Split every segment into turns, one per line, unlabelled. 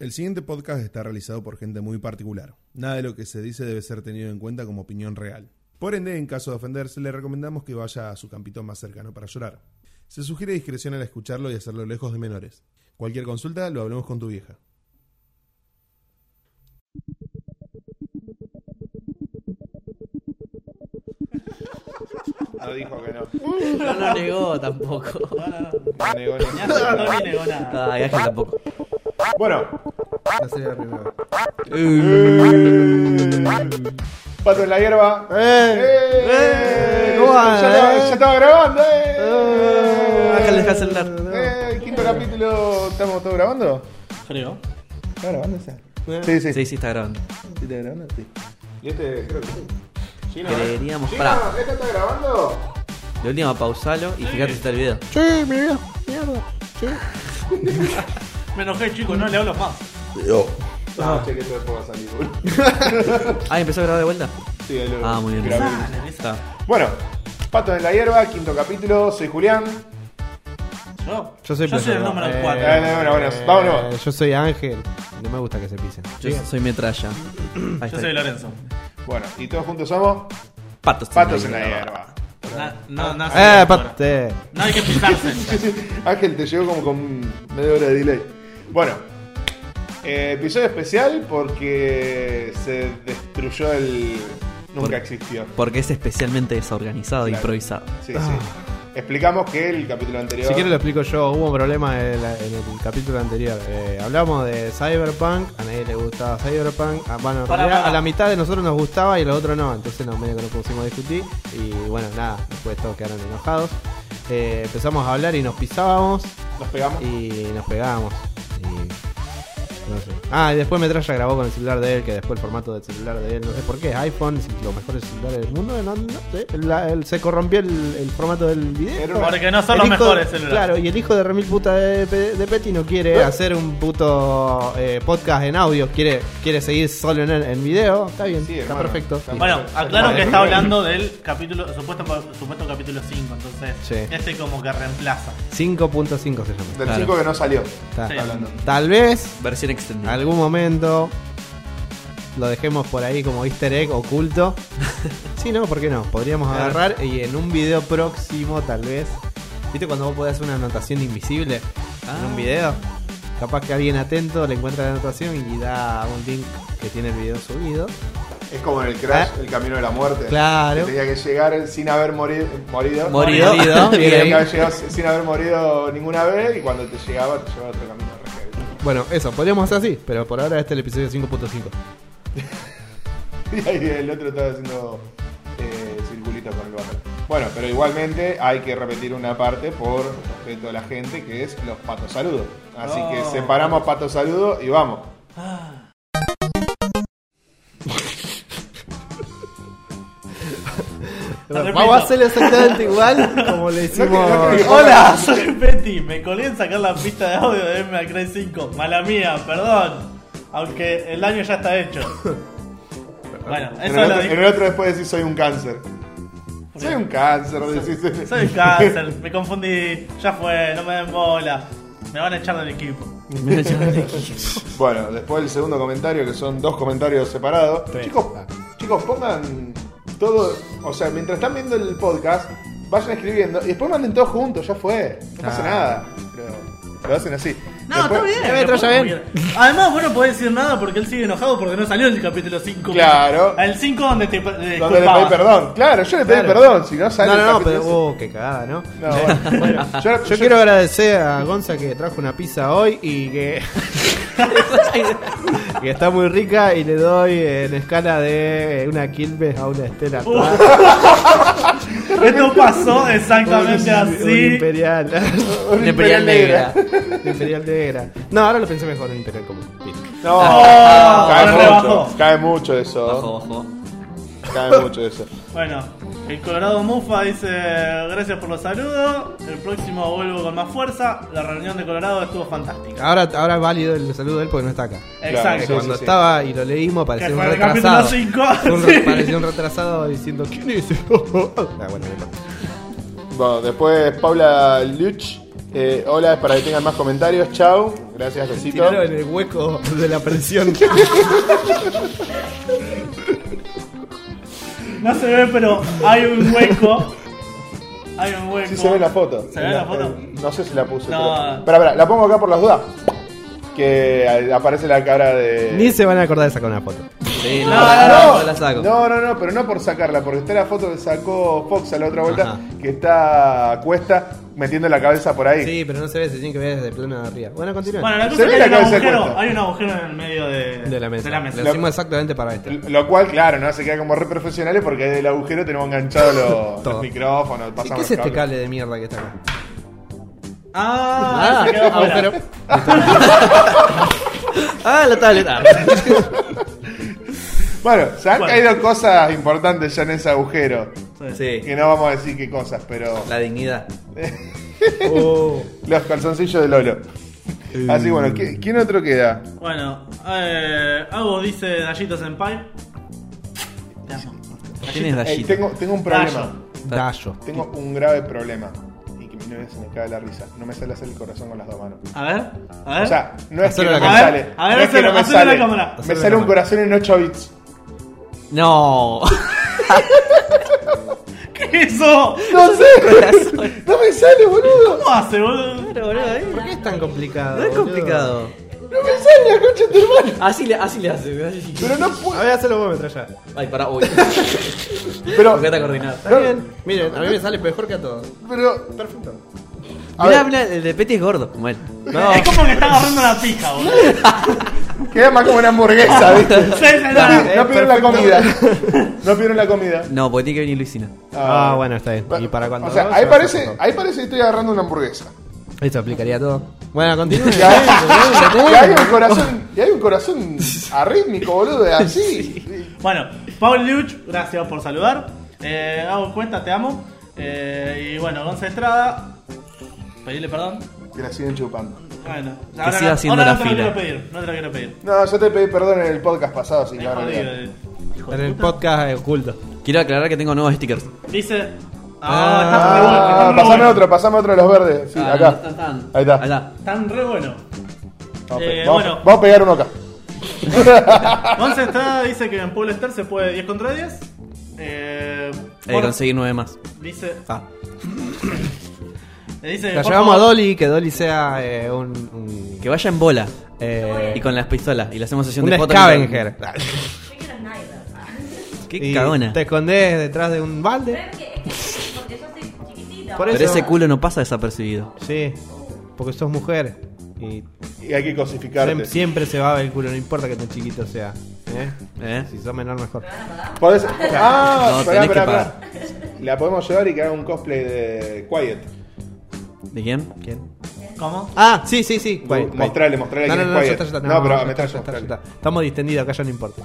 El siguiente podcast está realizado por gente muy particular. Nada de lo que se dice debe ser tenido en cuenta como opinión real. Por ende, en caso de ofenderse, le recomendamos que vaya a su campito más cercano para llorar. Se sugiere discreción al escucharlo y hacerlo lejos de menores. Cualquier consulta lo hablemos con tu vieja.
No dijo que no.
No lo negó tampoco.
No negó ni
Ya
nada.
no, no le negó nada.
Ay, Ángel tampoco.
Bueno,
La serie de la primera.
Eh. pato en la hierba. ¡Eh!
¡Eh!
Ya, estaba- ya estaba grabando. ¡Eh!
Ángel, deja el celular.
¡Eh! El quinto capítulo. ¿Estamos todos grabando?
Creo.
¿Está grabando esa?
Sí, sí.
Sí, sí, está grabando.
¿Sí está grabando? Sí.
Y este, creo que sí. Gino,
Creeríamos.
Gino,
Pará,
¿esto está grabando?
de última pausalo y fíjate si está el video.
Me enojé, chicos, no le hablo más.
No, che, que esto después va a salir.
Ah, empezó a grabar de vuelta.
Sí, ahí lo
Ah, muy bien.
grabé.
Está.
Bueno, Pato en la hierba, quinto capítulo. Soy Julián.
Yo,
Yo soy,
el
Pedro.
número
Eh,
4.
Eh, bueno, bueno, vámonos.
Eh, yo soy Ángel. No me gusta que se pisen.
Yo soy metralla. Ahí
Yo soy
está.
Lorenzo.
Bueno, y todos juntos somos
Patos.
Patos en la hierba.
Na- no, no,
¡Eh,
no-
pate!
No hay que pisarse.
Ángel te llegó como con media hora de delay. Bueno, eh, episodio especial porque se destruyó el. Nunca
Por-
existió.
Porque es especialmente desorganizado e
Claro.
improvisado.
Sí, sí. Explicamos que el capítulo anterior.
Si quieres lo explico yo. Hubo un problema en, la- en el capítulo anterior. Eh, hablamos de Cyberpunk. A nadie le gustaba Cyberpunk. Ah, bueno, en
Pará,
realidad
pará.
a la mitad de nosotros nos gustaba y a los otros no. Entonces nos medio que nos pusimos a discutir. Y bueno, nada. Después todos quedaron enojados. Eh, empezamos a hablar y nos pisábamos.
Nos pegamos.
Y nos pegamos. Y... No sé. Ah, y después Metralla grabó con el celular de él, que después el formato del celular de él, no sé por qué, iPhone es los mejores celulares del mundo, no, no sé, la- el- se corrompió el, el formato del video.
Era una-
Porque no son
El
los
hijo-
mejores celulares. ¿Eh?
Claro, y el hijo de Remil puta de, Pe- de Petty no quiere hacer un puto eh, podcast en audio, quiere, quiere seguir solo en, en video, está bien,
Sí,
está
hermano.
perfecto.
Está
Bueno,
Sí.
aclaro que
Vale.
está hablando del capítulo, supuesto, supuesto capítulo 5, entonces
Sí.
este como que reemplaza.
5.5 se llama.
Del
Claro.
5 que no salió.
Está.
Sí.
Hablando.
Tal vez
Versión extendida.
algún momento lo dejemos por ahí como easter egg oculto. sí, no, ¿por qué no? Podríamos
Claro.
agarrar y en un video próximo tal vez. ¿Viste cuando vos podés hacer una anotación invisible en
Ah.
un video? Capaz que alguien atento le encuentra la anotación y da un link que tiene el video subido.
Es como en el Crash,
Ah.
el camino de la muerte.
Claro.
Que tenía que llegar él sin haber mori- morido.
Morido.
Morido,
Tenía
bien.
que haber llegado sin haber morido ninguna vez y cuando te llegaba te llevaba otro camino.
Bueno, eso, podríamos hacer así, pero por ahora este es el episodio 5.5.
Y ahí el otro estaba haciendo eh, circulito con el barro. Bueno, pero igualmente hay que repetir una parte por respeto a la gente que es los patos saludos. Así que
Oh.
separamos patos saludos y vamos.
Vamos a hacerlo exactamente igual como le hicimos.
no creo que-
Hola, soy Petty. Me colé en sacar la pista de audio de MA 5. Mala mía, perdón. Aunque el daño ya está hecho. Bueno,
En
eso
el,
lo
otro,
dije.
en el otro después decís soy un cáncer. Soy un cáncer, decís.
Soy cáncer, me confundí, ya fue, no me den bola. Me van a echar del equipo.
Bueno, después del segundo comentario, que son dos comentarios separados. Chicos,
Ah.
chicos, pongan todo. O sea, mientras están viendo el podcast, vayan escribiendo y después manden todos juntos, ya fue. No
Ah.
pasa nada. Pero lo hacen así. Después-
me
lo
trae
puedo
bien.
comer. Además, vos no podés decir nada porque él sigue enojado porque no salió el capítulo 5.
Claro.
El 5 donde te. eh,
Donde le pedí
culpabas.
perdón. Claro, yo le pedí
Claro.
perdón. Si no sale.
No,
el
no, no,
capítulo
pero.
ese-
Uh, qué cagada, ¿no?
No, bueno. yo,
Yo quiero agradecer a Gonza que trajo una pizza hoy y que, que está muy rica y le doy en escala de eh, una Quilmes a una Estela
Uh.
Artois,
Esto pasó exactamente
un- un
así.
imperial.
un
De
imperial
Imperial Negra.
un imperial negra. No, ahora lo pensé mejor, un imperial común. Listo.
No,
ahora
cae mucho.
rebajó.
Cae mucho eso.
Ojo, ojo.
Cae mucho eso.
Bueno, el Colorado Mufa dice gracias por los saludos. El próximo vuelvo con más fuerza. La reunión de Colorado estuvo fantástica.
Ahora, ahora es válido el saludo de él porque no está acá.
Exacto.
sí,
Cuando
sí.
estaba y lo leímos parecía
Que
un
fue el
retrasado.
capítulo cinco.
Fue un re-
Sí.
Parecía un retrasado diciendo ¿Quién es? ah, bueno, no importa.
Bueno, después Paula Luch. eh, hola, es para que tengan más comentarios. Chau. Gracias, besito.
Tiraron en el hueco de la presión.
No se ve, pero hay un hueco. Hay un hueco.
Sí se ve la foto. Eh,
¿Se ve la foto?
No sé si la puse.
No.
Pero... Espera, espera, la pongo acá por las dudas. Que aparece la cara de.
Ni se van a acordar de sacar una foto.
Sí,
No,
no,
no,
no, la saco.
No, no, no, pero no por sacarla, porque está la foto que sacó Fox a la otra vuelta,
Ajá.
que está a Cuesta metiendo la cabeza por ahí.
Sí, pero no se ve, se tiene que ver desde plano de arriba. Bueno, continúa.
Bueno, la
Se
cosa
ve
es que
la
hay un,
cabeza de
agujero,
cuenta.
hay un agujero en el medio de,
de la mesa. Lo
La-
hicimos exactamente para esto.
L- Lo cual, claro, no se queda como re profesionales porque desde el agujero tenemos enganchados los,
Todo.
los micrófonos. pasamos
¿Qué es
los
este
cables.
cable de mierda que está acá?
Ah, se quedó fuera.
agujero.
Ah, la tableta.
Bueno, se han
Bueno.
caído cosas importantes ya en ese agujero.
Sí,
Que no vamos a decir qué cosas, pero.
la dignidad.
Oh,
Los calzoncillos de Lolo. Así bueno, ¿qui- ¿quién otro queda?
Bueno, eh, Agus dice Dallito Senpai. Te amo.
¿Quién es
Ey,
Dallito?
tengo, tengo un problema.
Dallo.
Tengo un grave problema. Y que mi novia se me cae la risa. No me sale hacer el corazón con las dos manos.
A ver, a ver.
O sea, no es que
Hacelo
no
a
me
la
cámara.
sale.
A ver,
no es que
hacelo,
no me
hacelo a la
sale.
cámara.
Me
Hacelo a la
sale un
cámara.
corazón en 8 bits.
No.
¿Qué eso?
¡No sé! ¡No me sale, boludo!
¿Cómo hace, boludo?
Claro, boludo, ¿eh?
¿Por qué es tan complicado?
No es
boludo?
complicado.
¡No me sale la concha de tu hermano!
Así le, así le hace. así.
Pero no
A
puedo.
ver, hacelo vos, metralla.
Ay, para, uy.
Pero.
Porque está coordinado.
Está bien. Miren, a mí me sale mejor que a todos.
Pero.
Perfecto.
A
Mirá,
ver.
mirá, el de Peti es gordo. Bueno.
No.
Es como que está agarrando una pija, boludo.
Queda más como una hamburguesa, ¿viste?
Sí, sí, no,
No,
no.
eh,
pi- no pidieron la comida. No pidieron la comida.
No, porque tiene que venir Luisina.
Ah, bueno, está bien. ¿Y para cuándo?
O sea,
¿No?
ahí
Ya
parece,
perfecto.
ahí parece que estoy agarrando una hamburguesa.
Esto aplicaría todo. Bueno, continúen.
Y hay, y hay un corazón, y hay un corazón arrítmico, boludo, es así.
Bueno, Paul Luch, gracias por saludar. Eh, hago cuenta, te amo. Eh, y bueno, Gonza Estrada, pedirle perdón.
Que la siguen chupando.
Bueno, que
siga haciendo
ahora
la
no te lo
fila.
quiero pedir, no te lo quiero pedir.
No, yo te pedí perdón en el podcast pasado, así
Me
que ahora
jodí,
olvidate.
eh. Hijo
En
de
el
puta.
podcast eh, oculto.
Quiero aclarar que tengo nuevos stickers.
Dice.
Ah,
Ah,
Ah,
está re bueno, está re
pasame
bueno.
otro, pasame otro de los verdes. Sí,
Ah, no,
acá.
están- están.
Ahí está.
Ahí está.
Están re bueno.
Vamos, a pe-
Eh,
vamos-
bueno.
vamos a pegar uno acá.
Gonza Estrada dice que en Pueblo Star se puede 10 contra 10. Eh,
Eh,
por-
conseguí nueve más.
Dice.
Ah.
eh, dice
La
por
llevamos a
favor,
Dolly, que Dolly sea eh, un. un
Que vaya en bola.
eh,
Y con las pistolas. Y le hacemos sesión
un
de fotos.
scavenger.
Yo quiero Snyder.
Qué
Y
cagona.
Te escondes detrás de un balde.
¿Sabes por qué? Es que porque yo soy chiquitita.
Por
Pero
eso-
ese culo no pasa desapercibido.
Sí, porque sos mujer. Y
Y hay que
siem-
cosificarte.
siempre se va a ver el culo, no importa que tan chiquito sea. ¿eh?
¿Eh?
Si sos menor, mejor.
Podés- Ah,
No,
esperá,
tenés que
esperá, esperá. La podemos llevar y que haga un cosplay de Quiet.
¿De quién?
¿Quién?
¿Cómo?
Ah, sí, sí, sí. Guay, guay.
Mostrale, mostrale
No,
quién
no,
es
no, ya
Quiet.
está, ya está.
No, pero a
ya está,
metralla,
ya está, ya
mostrale.
está. Estamos distendidos, acá ya no importa.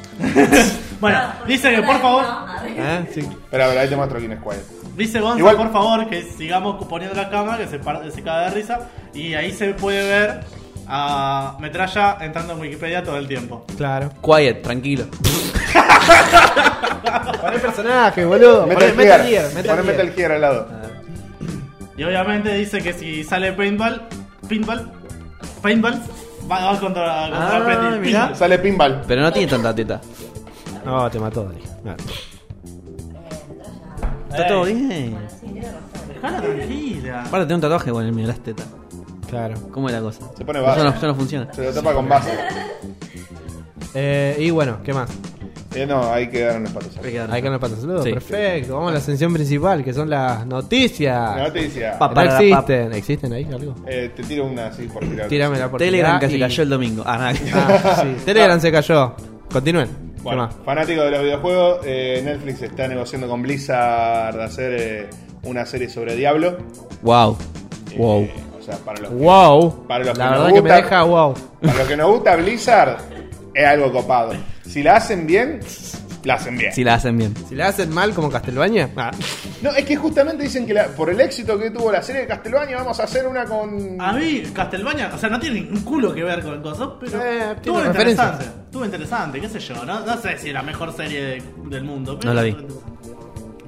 Bueno, dice que por favor.
¿Eh? Sí.
Espera, espera, ahí te muestro quién es Quiet.
Dice Gonza,
Igual-
por favor, que sigamos poniendo la cámara, que se, par- se caga de risa. Y ahí se puede ver a Metralla entrando en Wikipedia todo el tiempo.
Claro.
Quiet, tranquilo.
Poné personaje, boludo. Poné
Metal,
Metal
Gear.
Gear. Metal
Poné
Gear.
Metal Gear al lado.
Y obviamente dice que si sale Paintball, Paintball, Paintball, va, va contra, contra
Ah,
Petty.
mirá.
Paintball.
Sale Pinball.
Pero no tiene tanta teta.
No, te mató, Dani. No.
Está
Ey,
todo bien.
Dejala tranquila.
Aparte tengo un tatuaje con el mío, las tetas.
Claro.
¿Cómo es la cosa?
Se pone
Eso no,
base.
eso no funciona.
Se lo tapa con base.
Eh, y bueno, ¿qué más?
Eh, no, ahí quedaron las patas.
Hay que darle.
Ahí con los patas. Saludos,
Sí.
perfecto. Vamos a la sección principal, que son las noticias.
La noticia.
Pa-
No
Para la
existen. ¿Existen ahí algo?
Eh, te tiro una así por tirar.
Tíramela por
Telegram
acá
que se
y-
cayó el domingo. Ah, nada.
Ah, sí. Telegram se cayó. Continúen. ¿Qué
Bueno,
más?
fanático de los videojuegos, eh, Netflix está negociando con Blizzard de hacer eh, una serie sobre Diablo.
Wow.
Eh,
Wow.
O sea, para los,
Wow.
Para los que
la
nos
verdad que me
gusta-
deja wow.
para los que nos gusta Blizzard, es algo copado. Si la hacen bien, la hacen bien.
Si la hacen bien.
Si la hacen mal como Castelbaña, ah.
No, es que justamente dicen que la- por el éxito que tuvo la serie de Castlevania, vamos a hacer una con.
A mí, Castelbaña, o sea, no tiene un culo que ver con cosas, pero
Eh, tiene
estuvo
referencias.
interesante. Estuvo interesante, qué sé yo, ¿no? No sé si la mejor serie de- del mundo. Pero
No la vi.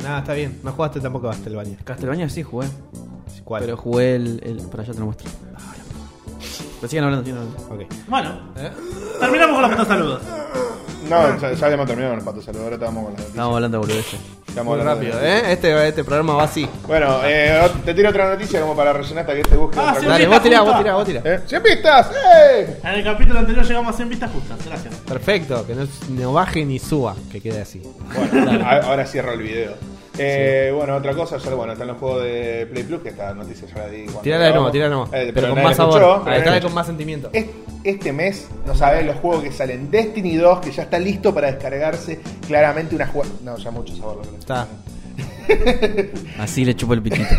nada, está bien. No jugaste tampoco a Castelbaña.
Castlevania sí jugué.
¿Cuál?
Pero jugué el, el- Para allá te lo muestro. Pero sigan hablando, sigan hablando.
Ok.
Bueno,
¿Eh?
terminamos con los patos saludos.
No, ya, ya habíamos terminado con el pato saludo, ahora estamos con la noticia.
Estábamos hablando de boludeces.
Estamos
Muy
hablando de-
rápido, ¿eh? Este, este programa va así.
Bueno, eh, ot- te tiro otra noticia como para rellenar hasta que te busque
Ah,
otra
sí,
cosa.
Dale, vos tirá, vos tirá, vos tirá.
Eh, ¡Cien pistas! ¡Eh!
En el capítulo anterior llegamos a 100 vistas justas. Gracias.
Perfecto, que no, no baje ni suba, que quede así.
Bueno, a- ahora cierro el video. Eh, Bueno, otra cosa, ya, bueno, están los juegos de Play Plus, que esta noticia ya la di. cuando
Tírala de nuevo,
grabamos.
tírala de nuevo.
Eh,
pero, con
nadie
más
la
sabor.
escuchó, pero
Ahí está,
nadie-
con más sentimiento.
Es- Este mes, no sabés los juegos que salen. Destiny 2, que ya está listo para descargarse. Claramente una jugada. No, ya mucho sabor. lo que le-
Está.
Así le chupo el pichito.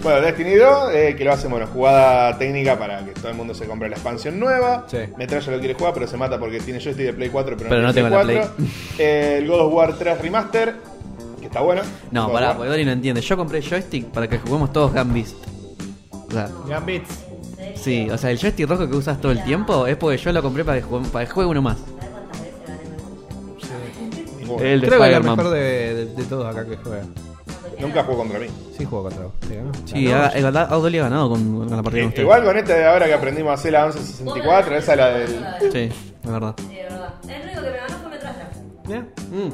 Bueno, Destiny 2, eh, que lo hace, bueno, jugada técnica para que todo el mundo se compre la expansión nueva.
Sí.
Metralla lo quiere jugar, pero se mata porque tiene joystick de Play 4, pero,
Pero no
tiene
tengo la
Play 4. Eh, el God of War 3 Remaster, que está bueno. God
No,
of
pará, pues.
War.
porque Dori no entiende. Yo compré joystick para que juguemos todos Gambist. O sea,
Gambits.
sí, o sea, el joystick rojo que usas todo el tiempo es porque yo lo compré para que juegue, para que juegue uno más.
Bueno,
El de
Creo que es el mejor
Spider-Man.
de, de, de todos acá que juega.
Nunca jugó contra mí.
Sí, juego contra vos. Sí, ganó.
Sí,
Ganó.
haga- el verdad, Audoli ha ganado con, con la partida
Eh,
con usted.
igual con esta de ahora que aprendimos a hacer la 1164, esa es la del.
Ah,
Sí, la verdad.
Sí, de verdad. El único que me ganó fue Metralla.
Mira, mm,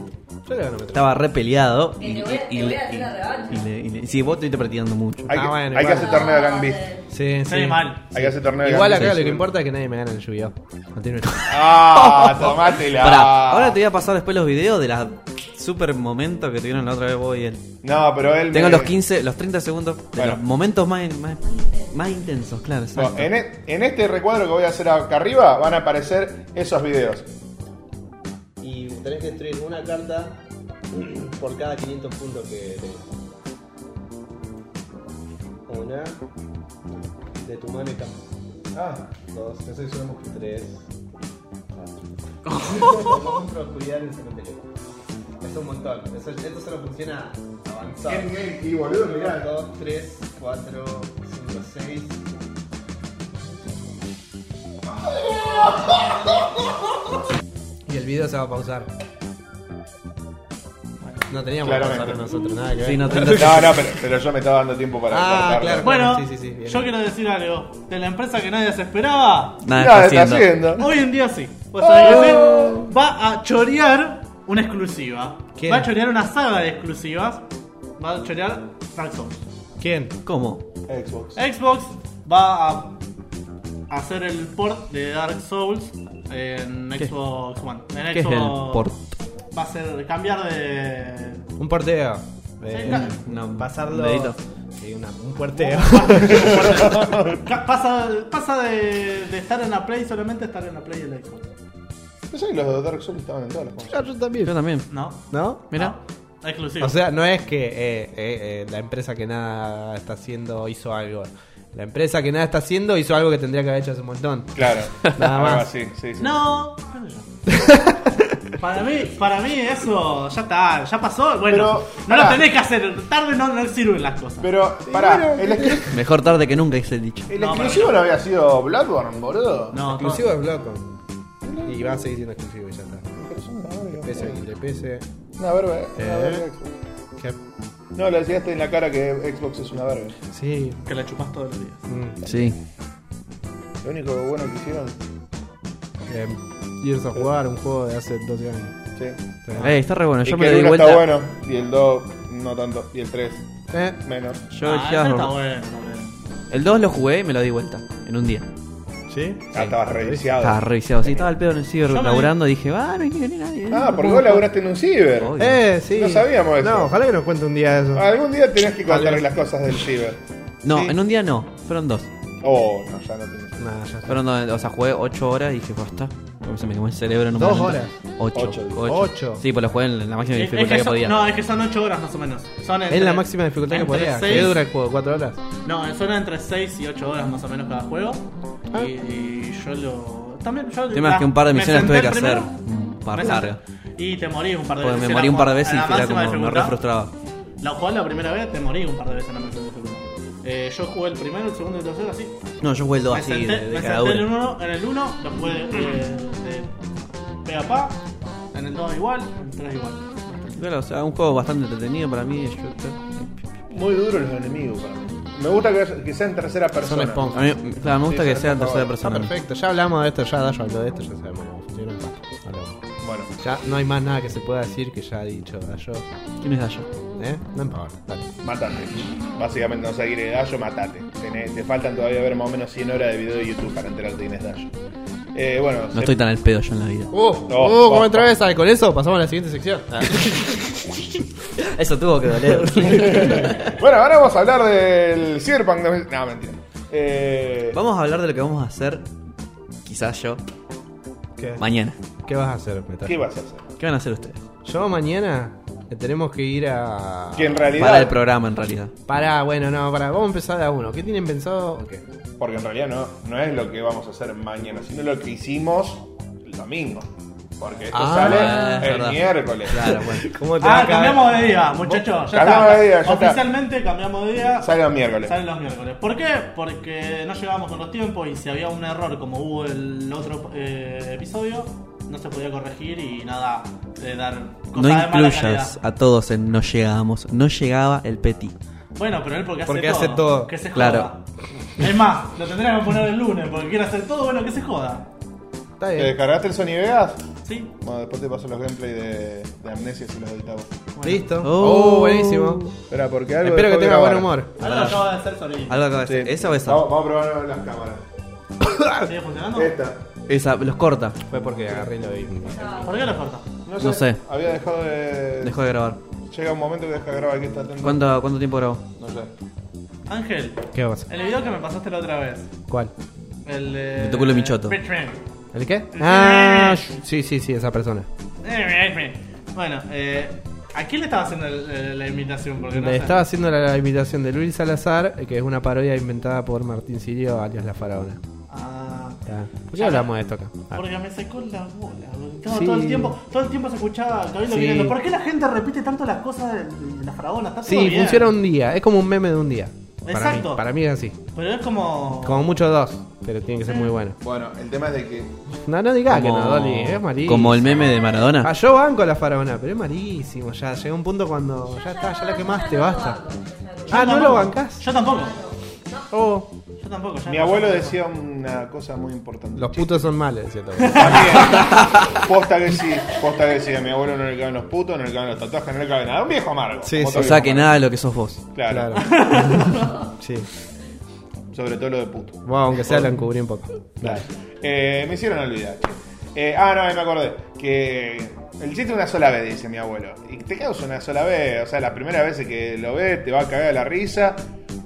yo le gano metro.
Estaba re peleado.
Que
Y,
te voy a-
y- y
te voy
le-
a hacer la revancha.
y le- y le- sí, vos estuviste practicando mucho.
Hay,
Ah,
que,
bueno,
hay que
igual.
hacer torneo de Gang Beast.
Sí,
Soy
sí.
mal.
Hay que hacer torneo de
Igual
Gang
acá lo
Beast.
que importa es que nadie me gane el lluvio. Continúe.
Ah, tomátela.
Pará, ahora te voy a pasar después los videos de la super momentos que tuvieron la otra vez vos y él.
No, pero él.
Tengo
me-
los 15, los 30 segundos de
Bueno.
los momentos más, más, más intensos, claro.
No,
exacto.
en, e- en este recuadro que voy a hacer acá arriba van a aparecer esos videos.
Y tenés que destruir una carta por cada 500 puntos que tengas. Una de tu mano y campo.
Ah,
Dos, tres, cuatro. Con otra oscuridad en el cementerio. Es un montón. Eso, esto solo funciona avanzado.
y boludo,
Uno, dos, tres, cuatro, cinco, seis. Y el video se va a pausar. No teníamos que
Claramente.
pausarlo nosotros, nada que ver.
Sí, no, te- no te-
eh, No, no, pero, pero yo me estaba dando tiempo para.
Ah,
cortarlo.
claro.
Bueno,
Sí, sí, sí, bien.
yo quiero decir algo. De la empresa que nadie se esperaba,
nada,
Nada,
Ah, está haciendo.
hoy en día sí. Vos sabés que sí. Va a chorear una exclusiva.
Oh. ¿Quién?
Va a chorear una saga de exclusivas. Va a chorear Dark Souls.
¿Quién?
¿Cómo?
Xbox.
Xbox va a hacer el port de Dark Souls en
¿Qué?
Xbox One. En
¿Qué es
Xbox
el port?
Va a ser cambiar de.
Un porteo. Eh,
Sí, claro.
No,
Pasarlo.
dedito.
Sí, una- un porteo.
Ca- pasa pasa de, de estar en la Play solamente a estar en la Play del Xbox.
No sé, los Dark Souls estaban en todas las cosas.
yo también.
Yo también.
No.
¿No?
Mira,
No, exclusivo.
O sea, no es que eh, eh, eh, la empresa que nada está haciendo hizo algo. La empresa que nada está haciendo hizo algo que tendría que haber hecho hace un montón.
Claro.
Nada más.
Algo así, sí, sí.
no. qué sé yo. Para mí, para mí eso ya está, ya pasó. Bueno,
Pero,
no lo
pará.
tenés que hacer. Tarde no, no sirven las cosas.
Pero, pará, el, exclu-
mejor tarde que nunca, dice el dicho.
el
No,
exclusivo no había sido Bloodborne, boludo.
no, no.
exclusivo es loco. Y va a seguir siendo exclusivo y ya está. Le pese a quien le pese.
Una verga, una
Eh.
verga.
Que-
No, lo decías en la cara que Xbox es una verga.
Sí.
Que la chupás todos los días.
mm,
Sí.
Lo único bueno que hicieron.
eh, Gears of War, un juego de hace 12 años.
Sí.
Sí.
Ey, Eh, está re bueno.
Es
Yo
que
me
el
doy
1
vuelta.
está bueno, y el 2 no tanto, y el 3
Eh,
menos.
Yo
Ah,
ya.
eso está bueno. boludo.
El 2 lo jugué y me lo di vuelta en un día.
¿Sí?
Ah, estabas reviciado.
Estaba revisado. Sí, estaba el pedo en el ciber
Yo me-
laburando. Dije, va, no hay que venir nadie.
Ah, porque vos laburaste en un ciber.
Obvio.
Eh, sí.
No sabíamos eso.
No, ojalá que nos cuente un día eso.
Algún día tenés que
Tal
contarle
vez.
las cosas del ciber.
No,
sí.
en un día no. Fueron dos.
Oh, no, ya no tenés.
Nah, ya está.
Fueron dos. O sea, jugué 8 horas y dije, basta. Porque se me quemó el cerebro en un
¿Dos
momento.
horas?
8.
Ocho.
Ocho.
Sí, pues lo jugué en la máxima
Es- es
dificultad
que
que
son-
podía.
No, es que son 8 horas más o menos. Son
Es
entre-
la máxima dificultad que
entre
podía.
seis-
¿Qué dura el juego? ¿Cuatro horas?
No, son entre 6 y 8 horas más o menos cada juego.
Ah.
Y, y yo lo. También yo.
El tema es que un par de misiones tuve que hacer. Un par largas.
largas. Y te morí un par de
Porque me
veces.
morí un par de veces y
Era
era
máxima
como, me re
dificultad.
frustraba.
La jugás la primera vez, te morí un par de veces en la máxima dificultad. Eh, yo jugué el primero, el segundo y el tercero así.
No, yo jugué el 2
me
así,
senté,
de, de
me
cada
senté en, el
uno.
uno, en el 1, lo jugué eh, de pega pa, en el 2 igual, en el 3 igual.
Claro, o sea, un juego bastante entretenido para mí. yo-
Muy duro los enemigos para mí. Me gusta que, que sea en tercera persona.
Son esponjas.
A mí, claro, me gusta
Sí,
que
ya,
sea en
por
tercera
favor.
Está
persona.
perfecto, ya hablamos de esto, ya Dayo habló de esto, ya sabemos cómo funciona. Basta, hablamos.
Bueno,
Ya no hay más nada que se pueda decir que ya ha dicho Dayo.
¿Quién es Dayo?
¿Eh? No importa, dale.
matate. Básicamente, no sé quién es Dayo, matate. Tenés- te faltan todavía ver más o menos 100 horas de video de YouTube para enterarte quién es Dayo. Eh, bueno,
No estoy tan al pedo yo en la vida.
Uh,
oh,
uh, ¿cómo
oh.
otra vez? Ah, Con eso pasamos a la siguiente sección. Ah.
Eso tuvo que doler.
bueno, ahora vamos a hablar del Cyberpunk. dos mil- No, mentira. Eh,
vamos a hablar de lo que vamos a hacer, quizás yo,
¿Qué?
mañana.
¿Qué vas a hacer, Metal?
¿Qué vas a hacer?
¿Qué van a hacer ustedes?
Yo mañana tenemos que ir a.
Que en realidad.
Ah, Para el programa, en realidad.
Pará, bueno, no, pará, vamos a empezar de a uno. ¿Qué tienen pensado? Ok.
Porque en realidad no, no es lo que vamos a hacer mañana, sino lo que hicimos el domingo. Porque esto
Ah,
sale
es
el
verdad.
miércoles.
Claro, bueno.
¿Cómo
Ah,
va a caer?
cambiamos de día, muchachos. Ya
Cambiamos
está.
de día, ya está.
Oficialmente cambiamos de día.
Sale el miércoles.
Salen los miércoles. ¿Por qué? Porque no llegábamos con los tiempos y si había un error como hubo el otro eh, episodio, no se podía corregir y nada, de dar cosas
No
de mala
incluyas
calidad.
a todos en no llegábamos. No llegaba el Petit.
Bueno, pero él porque hace
Porque
todo.
hace todo,
Que se
claro.
joda. Es más, lo tendríamos que poner el lunes porque quiere hacer todo, bueno, que se joda.
Está
¿Te
bien.
descargaste el Sony Vegas?
¿Sí?
Bueno, después te paso los gameplays de, de Amnesia si los editamos.
Bueno.
Listo.
Oh.
Oh, buenísimo.
Espera, porque algo.
Espero que
dejó de
tenga buen
grabar.
humor.
Algo acaba de hacer Solís.
Algo acaba de
Sí.
hacer. ¿Esa o esa?
Vamos, vamos a probar las cámaras.
¿Sigue funcionando?
Esta.
Esa, los corta.
Fue porque agarré y lo vi.
¿Por qué lo corta?
No
No sé.
Había dejado de.
Dejó de grabar.
Llega un momento que deja de grabar que está atento.
¿Cuánto, cuánto tiempo grabó?
No sé.
Ángel,
¿Qué pasa?
el video que me pasaste la otra vez.
¿Cuál?
El eh,
Me tocó lo michoto.
Batman.
¿El qué? Ah, sh- sí, sí, sí, esa persona.
Eh, Batman. Bueno, eh, ¿a quién le estaba haciendo el- el- la invitación? Porque no
Le
sé.
estaba haciendo la, la imitación de Luis Salazar, que es una parodia inventada por Martín Sirio, alias La Faraona.
Ah,
Está. ¿Por qué hablamos de esto acá? Ah.
porque me secó la bola. boludo. Estaba
Sí.
todo el tiempo, todo el tiempo se escuchaba el cabildo
Sí.
mirando. ¿Por qué la gente repite tanto las cosas de, de la faraona? Está todo
Sí,
bien.
funciona un día, es como un meme de un día. Para mí,
Exacto.
para mí es así.
Pero es como.
Como mucho dos, pero tiene que ser
Sí.
muy bueno.
Bueno, el tema es de que.
No, no digas Ah, que no, Dolly, es malísimo.
como el meme de
Ah,
Maradona.
yo banco la faraona, pero es malísimo. Ya llega un punto
Pues
cuando ya está, ya la quemaste, basta.
Yo
Ah, ¿no
tampoco-
lo bancás?
Yo tampoco.
Oh,
Yo tampoco. ya
Mi
no,
abuelo
yo
decía una cosa muy importante.
los putos son malos, decía todo.
También. Posta que sí, posta que sí. A mi abuelo no le caben los putos, no le caben los tatuajes, no le caben nada. Un viejo amargo.
Sí,
Como
sí.
todo
O sea que
viejo
nada de lo que sos vos.
amargo.
Claro.
Claro,
Sí.
sobre todo lo de puto.
Bueno, aunque sea lo encubrí un poco.
Claro. Eh, me hicieron olvidar. Eh, ah, no, me acordé. Que el chiste una sola vez, dice mi abuelo. Y te causa una sola vez. O sea, la primera vez que lo ves te va a cagar de la risa.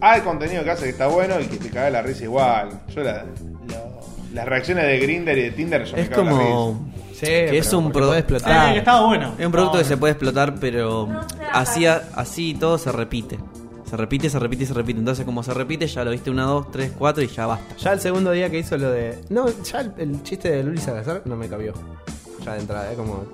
Hay contenido que hace que está bueno y que te caga de la risa igual. Yo la- lo- las reacciones de Grinder y de Tinder yo me
Es
cago de la risa.
como.
Sí,
que es
pero
un
porque
producto
puede
tampoco. Ah,
explotar.
que estaba bueno.
Es un producto que
Estaba
se puede explotar, pero así, así y todo se repite. Se repite, se repite, se repite. Entonces, como se repite, ya lo viste una, dos, tres, cuatro y ya basta.
Ya el segundo día que hizo lo de. No, ya el, el chiste de Luis Salazar no me cabió. Ya de entrada, es como.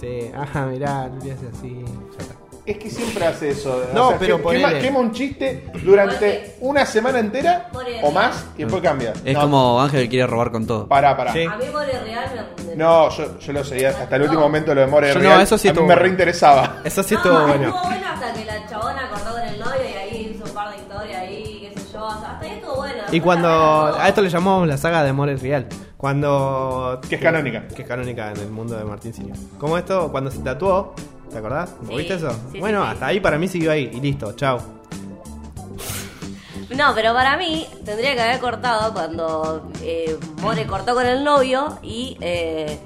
Sí, ajá, mirá, Luis hace así. Ya está.
Es que siempre hace eso.
No,
O sea,
pero
que-
ponele.
quema, quema un chiste durante una semana entera
Ponele.
o más y después cambia.
Es
No,
como Ángel quiere robar con todo.
Pará, pará.
Sí.
A mí por el real me.
No, yo, yo lo seguía hasta el último momento lo de More
Yo no,
Real.
eso sí
a mí
estuvo
me
bueno.
reinteresaba.
Eso sí
No,
estuvo bueno.
Ah, Estuvo bueno hasta que la chabona acordó con el novio y ahí hizo un par de historias ahí, qué sé yo. O sea, hasta ahí estuvo bueno.
Y cuando. A esto le llamamos la saga de Amores Real. Cuando.
Que es canónica.
Que es canónica en el mundo de Martín Sirio. Como esto, cuando se tatuó. ¿Te acordás?
Sí,
¿Viste eso?
sí,
bueno,
sí, sí.
hasta ahí para mí siguió ahí. Y listo, chao.
No, pero para mí tendría que haber cortado cuando eh, More cortó con el novio y. Eh,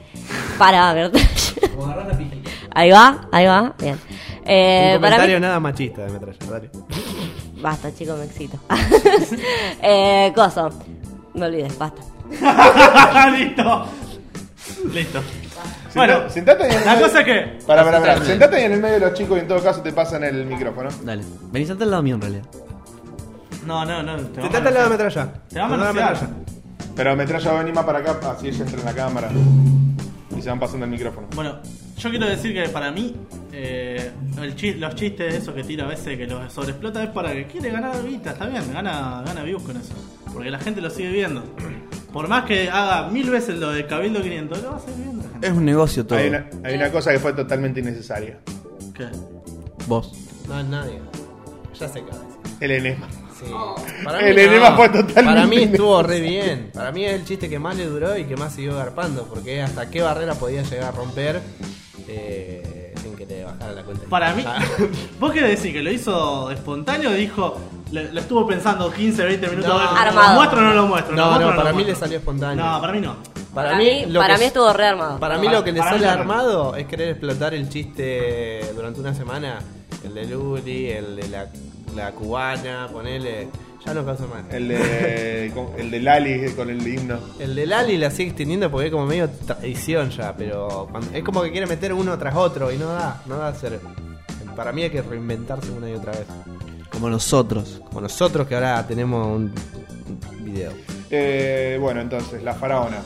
para, ver. Ahí va, ahí va, bien. Eh,
un
para mí-
comentario nada machista de metralla. Dale.
Basta, chicos, me excito. eh, coso. Me olvidé, basta.
Listo. Listo.
Sentá-
Bueno,
sentate ahí en el
la
medio-
cosa es que.
Pará, pará, pará. Sentate ahí en el medio de los chicos y en todo caso te pasan el micrófono.
Dale. Vení, sentate al lado mío en realidad.
No, no, no.
Te trata al lado de metralla.
Te va a
Al lado de
manosear.
Pero Metralla va a venir más para acá, ah, así ella entra en la cámara. Y se van pasando el micrófono.
Bueno, yo quiero decir que para mí, eh, el chis- los chistes esos que tira a veces que los sobreexplota es para que quiere ganar vistas, está bien, gana, gana views con eso. Porque la gente lo sigue viendo. Por más que haga mil veces lo de Cabildo 500, lo va a seguir viendo la gente.
Es un negocio todo.
Hay una, hay una cosa que fue totalmente innecesaria.
¿Qué?
Vos.
No, nadie. Ya sé qué va a decir.
El enema.
Sí. Para
El enema fue totalmente
Para mí estuvo re
innecesario.
bien. Para mí es el chiste que más le duró y que más siguió garpando. Porque hasta qué barrera podía llegar a romper eh, sin que te bajara la cuenta.
Para mí,
Ah,
¿vos querés decir que lo hizo espontáneo? Dijo, le- lo estuvo pensando 15, 20 minutos.
No.
a ver,
Armado.
¿Lo muestro o no lo muestro? ¿Lo
No,
muestro o
no, para
lo
mí le
muestro?
salió espontáneo.
No, para mí no.
Para,
Para
mí,
mí-
lo
para
que-
mí estuvo re armado.
Para mí
Para-
lo que le
para mí
sale
no, no.
armado es querer explotar el chiste durante una semana. El de Luli, el de la, la cubana, ponele. Ya no causa más.
El de, con- el de Lali con el himno.
El de Lali la sigue extendiendo porque es como medio traición ya, pero cuando- es como que quiere meter uno tras otro y no da, no da hacer. Para mí hay que reinventarse una y otra vez.
Como nosotros.
Como nosotros que ahora tenemos un un video.
Eh, bueno, entonces, la faraona.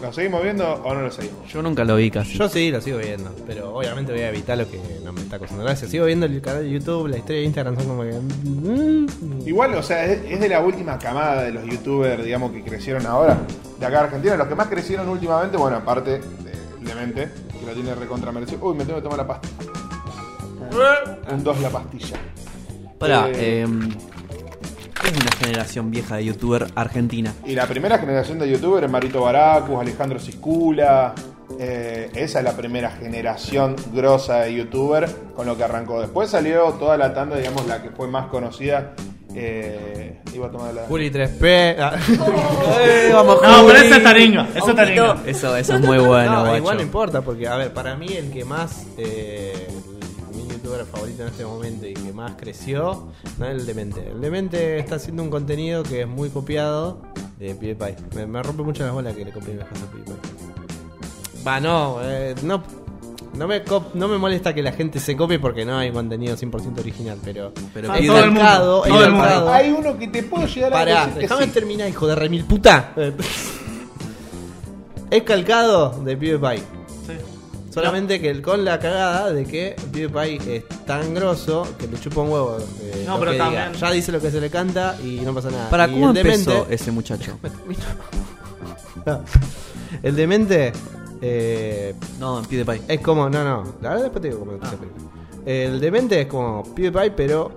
¿Lo seguimos viendo o no lo seguimos?
Yo nunca lo vi casi.
Yo sí, lo sigo viendo, pero obviamente voy a evitar lo que no me está causando gracia. Sigo viendo el canal de YouTube, la historia de Instagram son como que... mm,
Igual, o sea, es, es de la última camada de los youtubers, digamos, que crecieron ahora. De acá a Argentina, los que más crecieron últimamente, bueno, aparte de Clemente, que lo tiene recontra merecido. Uy, me tengo que tomar la pastilla. Un dos la pastilla.
Pará,
Eh,
eh, es una generación vieja de youtuber argentina.
Y la primera generación de youtubers, Marito Baracus, Alejandro Siscula. eh, esa es la primera generación grosa de youtuber con lo que arrancó. Después salió toda la tanda, digamos, la que fue más conocida. Eh, iba a tomar la.
Juli 3P... ah.
vamos,
Oh. No, pero eso es taringa. Eso es taringa.
Eso, eso es muy bueno,
no,
guacho.
igual no importa, porque, a ver, para mí el que más. eh, mi youtuber favorito en este momento y que más creció no es el Demente. El Demente está haciendo un contenido que es muy copiado de PewDiePie. Me, me rompe mucho las bolas que le copien las cosas a PewDiePie. Va, no, eh, no. No me, cop- no me molesta que la gente se copie porque no hay contenido 100% original, pero.
Pero
Ah,
el
pide-
todo el mundo,
mercado-
todo el mundo.
mercado-
Hay uno que te puedo llegar a
Pará,
decir que
déjame
sí.
terminar, hijo de remil puta. es calcado de PewDiePie.
Sí.
Solamente que el con la cagada de que PewDiePie es tan grosso que le chupa un huevo. eh,
No,
lo
pero
que diga.
también-
Ya dice lo que se le canta y no pasa nada.
¿Para
Y
cómo
el demente-
empezó ese muchacho?
el demente eh,
No, en PewDiePie.
es como. No, no. La verdad, después te digo cómo empezó primero. El demente es como PewDiePie, pero.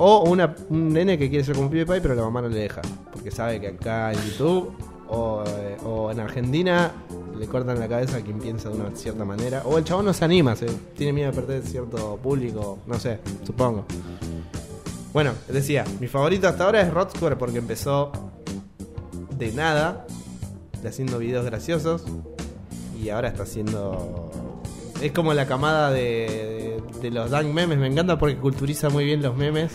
O una, un nene que quiere ser como PewDiePie, pero la mamá no le deja. Porque sabe que acá en YouTube o, eh, o en Argentina le cortan la cabeza a quien piensa de una cierta manera. O el chabón no se anima, se, tiene miedo de perder cierto público. No sé, supongo. Bueno, decía, mi favorito hasta ahora es Rod Square porque empezó de nada, de haciendo videos graciosos, y ahora está haciendo. Es como la camada de, de, los dank memes. Me encanta porque culturiza muy bien los memes.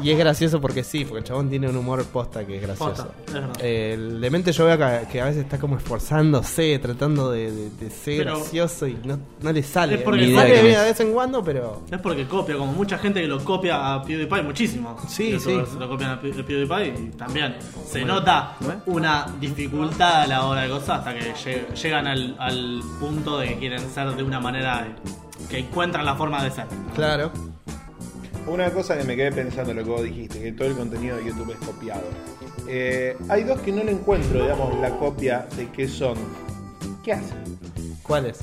Y es gracioso porque sí, porque el chabón tiene un humor posta que es gracioso.
Posta, es verdad.
el demente yo veo que, que a veces está como esforzándose, tratando de, de- de ser
Pero-
gracioso y no, no le sale.
Es porque
Le
Ni
idea
sale
que
bien
es.
de vez en cuando, pero.
Es porque copia, como mucha gente que lo copia a PewDiePie, muchísimo.
Sí,
Youtubers
sí.
Lo copian a Pew- a PewDiePie y también se nota una dificultad a la hora de cosas hasta que lle- llegan al, al punto de que quieren ser de una manera que encuentran la forma de ser.
Claro.
Una cosa que me quedé pensando lo que vos dijiste, que todo el contenido de YouTube es copiado. Eh, hay dos que no le encuentro, digamos, la copia de qué son. ¿Qué hacen?
¿Cuál es?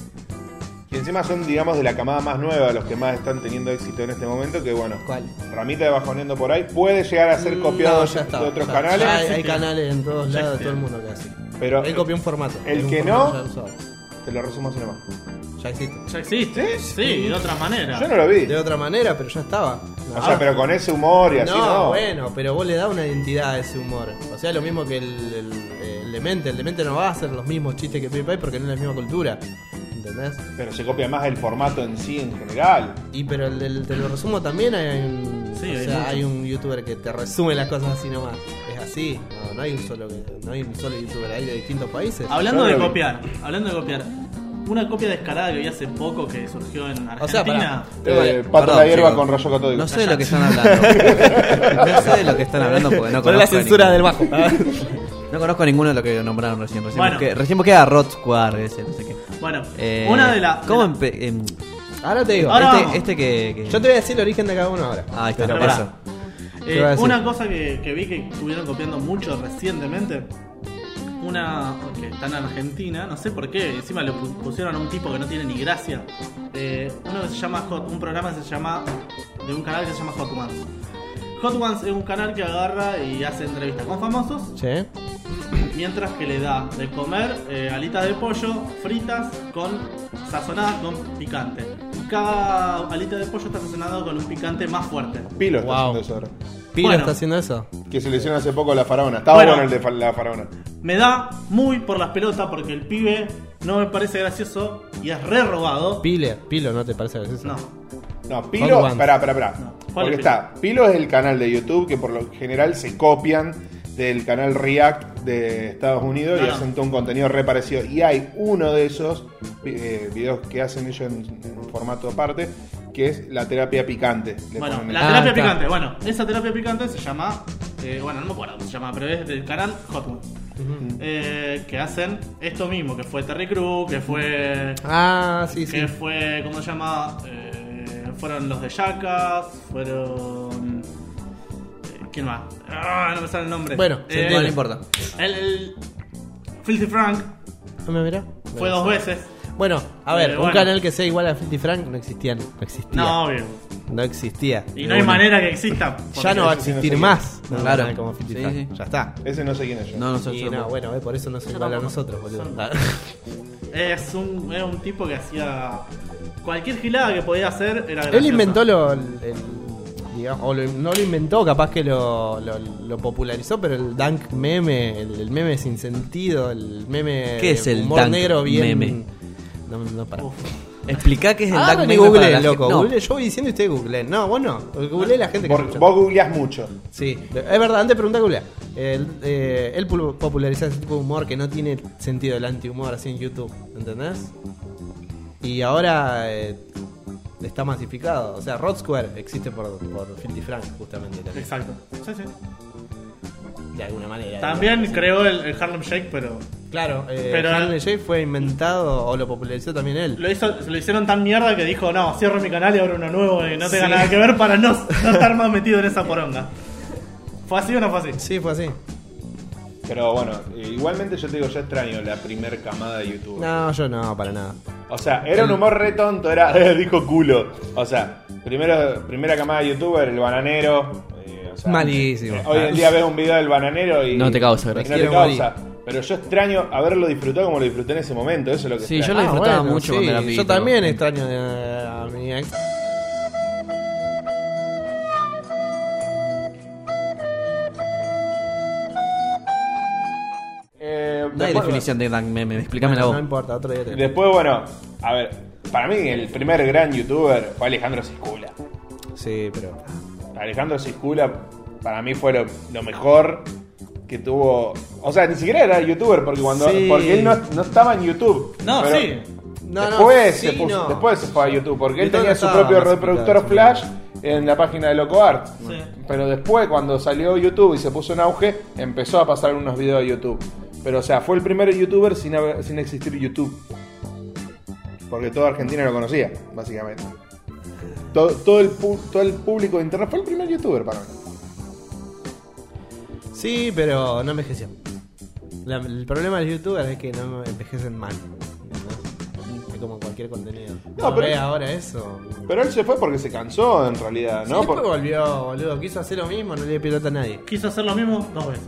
Y encima son, digamos, de la camada más nueva, los que más están teniendo éxito en este momento, que bueno,
¿Cuál?
Ramita de Bajoneando por ahí puede llegar a ser
Mm,
copiado
no, ya está,
de otros
ya-
canales,
ya hay, hay canales en todos
Ya
lados,
existe.
todo el mundo que hace.
pero
Él copió un formato.
el
es un
que
formato
no-
Ya, usado.
te lo resumo así nomás.
Ya existe.
Ya existe.
¿Sí?
Sí, de otra manera.
Yo no lo vi.
De otra manera, pero ya estaba.
O sea, pero con ese humor y así
no,
no.
bueno, pero vos le das una identidad a ese humor. O sea, lo mismo que el, el, eh, el demente. El demente no va a hacer los mismos chistes que PewDiePie porque no es la misma cultura. ¿Entendés?
Pero se copia más el formato en sí, en general.
Y pero el, del- te lo resumo también hay un,
Sí,
o
hay
sea,
mucho.
hay un youtuber que te resume las cosas así nomás. Es así, no, no hay un solo no hay un solo youtuber, hay de distintos países.
Hablando
Yo no
de
lo vi.
copiar, hablando de copiar, una copia descarada que vi hace poco que surgió en Argentina.
O sea, pará.
Eh,
Perdón,
Pato la hierba
chicos.
con rayo catódico.
No sé de lo que están hablando. No sé de lo que están hablando porque no conozco.
Con la
a
censura
ninguno.
del bajo.
No conozco a ninguno de lo que nombraron recién. Recién,
Bueno.
busqué, recién busqué a Rod Square, ese, no sé qué.
Bueno,
Eh,
una de las.
¿Cómo
de la-
empe- em,
Ahora te digo.
Ahora
este-
vamos.
este, este que, que-
yo te voy a decir el origen de cada uno ahora.
Ah, ahí está,
Pero
eso.
pará.
¿Qué va a
Eh,
decir?
una cosa que, que vi que estuvieron copiando mucho recientemente, una que está en Argentina, no sé por qué, encima le pu- pusieron a un tipo que no tiene ni gracia. Eh, uno que se llama Hot, un programa que se llama de un canal que se llama Hotman. Hot Ones es un canal que agarra y hace entrevistas con famosos,
Sí.
mientras que le da de comer eh, alitas de pollo fritas con sazonadas con picante. Y cada alita de pollo está sazonada con un picante más fuerte.
Pilo está
Wow.
haciendo eso ahora.
Pilo
Bueno.
está haciendo eso.
Que se lesionó hace poco la faraona. Estaba
Bueno.
bueno, el de fa- la faraona.
Me da muy por las pelotas porque el pibe no me parece gracioso y es re robado.
Pile, Pilo, ¿no te parece gracioso?
No,
No, Pilo,
Ones.
pará, pará, pará.
No. ¿Cuál
Porque
es
está, Pilo es el canal de YouTube que por lo general se copian del canal React de Estados Unidos
No,
y
no.
hacen todo un contenido re parecido. Y hay uno de esos eh, videos que hacen ellos en, en un formato aparte, que es la terapia picante. Le
bueno,
ponen el-
la
Ah,
terapia
está.
picante, bueno, esa terapia picante se llama, eh, bueno, no me acuerdo cómo se llama, pero es del canal Hot Ones. Eh, que hacen esto mismo, que fue Terry Crew, que fue.
Ah, sí, sí.
que fue. ¿Cómo se llama? Eh, fueron los de Jackass, fueron. eh, ¿Quién más? Ah, no me sale el nombre.
Bueno, se
Eh,
No, no importa.
El, el Filthy Frank
Ah, mira, mira.
fue dos veces.
Bueno, a ver,
Eh,
un
bueno.
canal que sea igual a Filthy Frank no existía. No existía.
No, obvio.
No existía.
Y no hay manera que exista. porque-
Ya no va a
Porque-
existir más. un
Claro.
canal Como Filthy
Sí,
Frank.
sí.
Ya está.
Ese no sé quién es yo.
No, no sé.
Y
yo-
no, bueno, eh, por eso no se
Yo
iguala a
tampoco.
nosotros, boludo.
Son- Es un, es un tipo que hacía. Cualquier gilada que podía hacer era
Él
graciosa.
inventó lo. el- el- digamos, o lo- no lo inventó, capaz que lo, lo- lo popularizó, pero el dank meme, el, el meme sin sentido, el meme.
¿Qué
de
es el
humor
dunk
negro bien.
meme?
No, no, para.
Uf.
Explicá qué es el
Ah,
Duck Meme para la
Google,
gente-
loco.
No,
Google, yo voy diciendo y ustedes googleen. No, vos no. Google la gente que
Vos,
escucha.
vos googleás mucho.
Sí, es verdad, antes pregunta Google. Él, eh, él pu- populariza ese tipo de humor que no tiene sentido el antihumor así en YouTube, ¿entendés? Y ahora eh, está masificado. O sea, Rod Square existe por, por Filthy Frank, justamente, también,
Exacto. Sí, sí.
de alguna manera.
También creó el, el Harlem Shake, pero
Claro, eh,
Pero-
Harlem Shake fue inventado o lo popularizó también él.
lo, hizo, lo hicieron tan mierda que dijo: No, cierro mi canal y abro uno nuevo y no tenga
Sí.
nada que ver para no, no estar más metido en esa poronga. ¿Fue así o no fue así?
Sí, fue así.
Pero bueno, eh, igualmente yo te digo, yo extraño la primer camada de YouTube.
No, yo no, para nada.
O sea, era un humor re tonto, era eh, dijo culo. O sea, primero, primera camada de youtuber, el bananero. eh, o sea,
Malísimo.
eh, hoy en día ves un video del bananero y.
No te causa gracia.
y No te
Quiero morir.
causa. Pero yo extraño haberlo disfrutado como lo disfruté en ese momento, eso es lo que
Sí,
extraño.
yo lo disfrutaba mucho cuando era
Ah, Yo
pibito.
también extraño eh, a mi ex. Ah,
Eh,
No hay
después-
definición de Duck Meme, explícame la
No
voz.
importa, otro día te
Después, bueno, a ver, para mí el primer gran youtuber fue Alejandro Ciscula.
Sí, pero.
Alejandro Ciscula para mí fue lo, lo mejor que tuvo. O sea, ni siquiera era youtuber porque cuando
Sí.
porque él no, no estaba en YouTube.
No,
Pero
sí.
después, se
sí,
puso-
no.
después se fue a YouTube porque él
YouTube
tenía
no
su
estaba
propio
más
reproductor
explicado,
Flash en la página de LocoArt.
Sí.
Pero después, cuando salió YouTube y se puso en auge, empezó a pasar unos videos de YouTube. Pero, o sea, fue el primer youtuber sin, haber- sin existir YouTube. Porque toda Argentina lo conocía, básicamente. Todo, todo, el, pu- todo el público de internet fue el primer youtuber para mí.
Sí, pero no envejeció. La- el problema de los youtubers es que no envejecen mal. ¿entendés? Es como cualquier contenido. No,
pero-
pero ahora eso.
Pero él se fue porque se cansó, en realidad,
Sí,
¿no?
después
Por-
volvió, boludo. Quiso hacer lo mismo, no le dio pelota a nadie.
Quiso hacer lo mismo dos veces.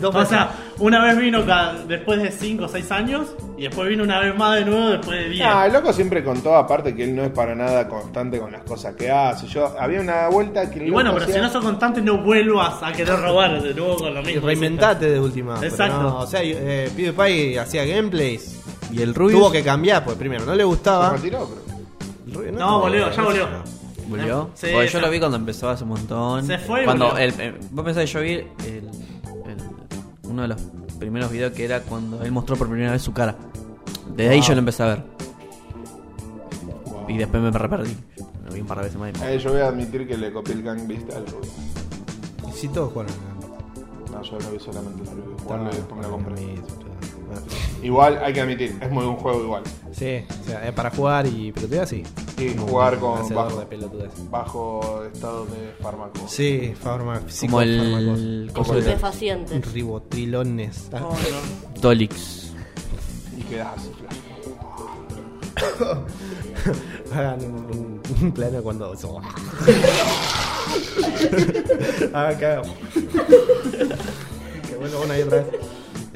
Dos
O
veces.
sea, una vez vino ca- después de 5 o 6 años y después vino una vez más de nuevo después de 10.
Ah, el loco siempre contó, aparte, que él no es para nada constante con las cosas que hace. Yo Había una vuelta que el
y bueno,
loco
pero si
hacía-
no sos constante no vuelvas a querer robar de nuevo con lo
Y
mismo.
reinventate de última. pero
Exacto.
no, o sea, eh, PewDiePie hacía gameplays.
Y el Rubius
Tuvo que cambiar, pues primero no le
se
gustaba.
retiró, creo.
El Rubius
No, volvió, ya volvió.
volvió.
Sí,
Porque
ya.
yo lo vi cuando empezó hace un montón.
Se fue y
cuando
volvió.
el, el- Vos pensás que yo vi el- el- uno de los primeros videos que era cuando él mostró por primera vez su cara. Desde ahí yo lo empecé a ver. Y después me re perdí. Lo vi un par de veces más. y-
Eh, yo voy a admitir que le copié el gang beast al Rubio.
Si todos jugaron. Ah,
No, yo lo vi solamente el Rubio.
Ah,
Juan le- me lo compré.
Sí,
Igual hay que admitir, es muy buen juego igual.
o sea, es para jugar y pelotudear así.
Y jugar con
Hacedor
bajo,
de pelotudes.
bajo estado de fármaco.
Sí, forma
Como el.
psicofármacos.
coso de
Estupefacientes.
Ribotrilones.
Oh,
Ah,
no.
Tolix.
Y quedas así, flash.
Hagan un, un- un plano cuando. Ah, cagamos. Qué bueno, bueno, ahí otra vez.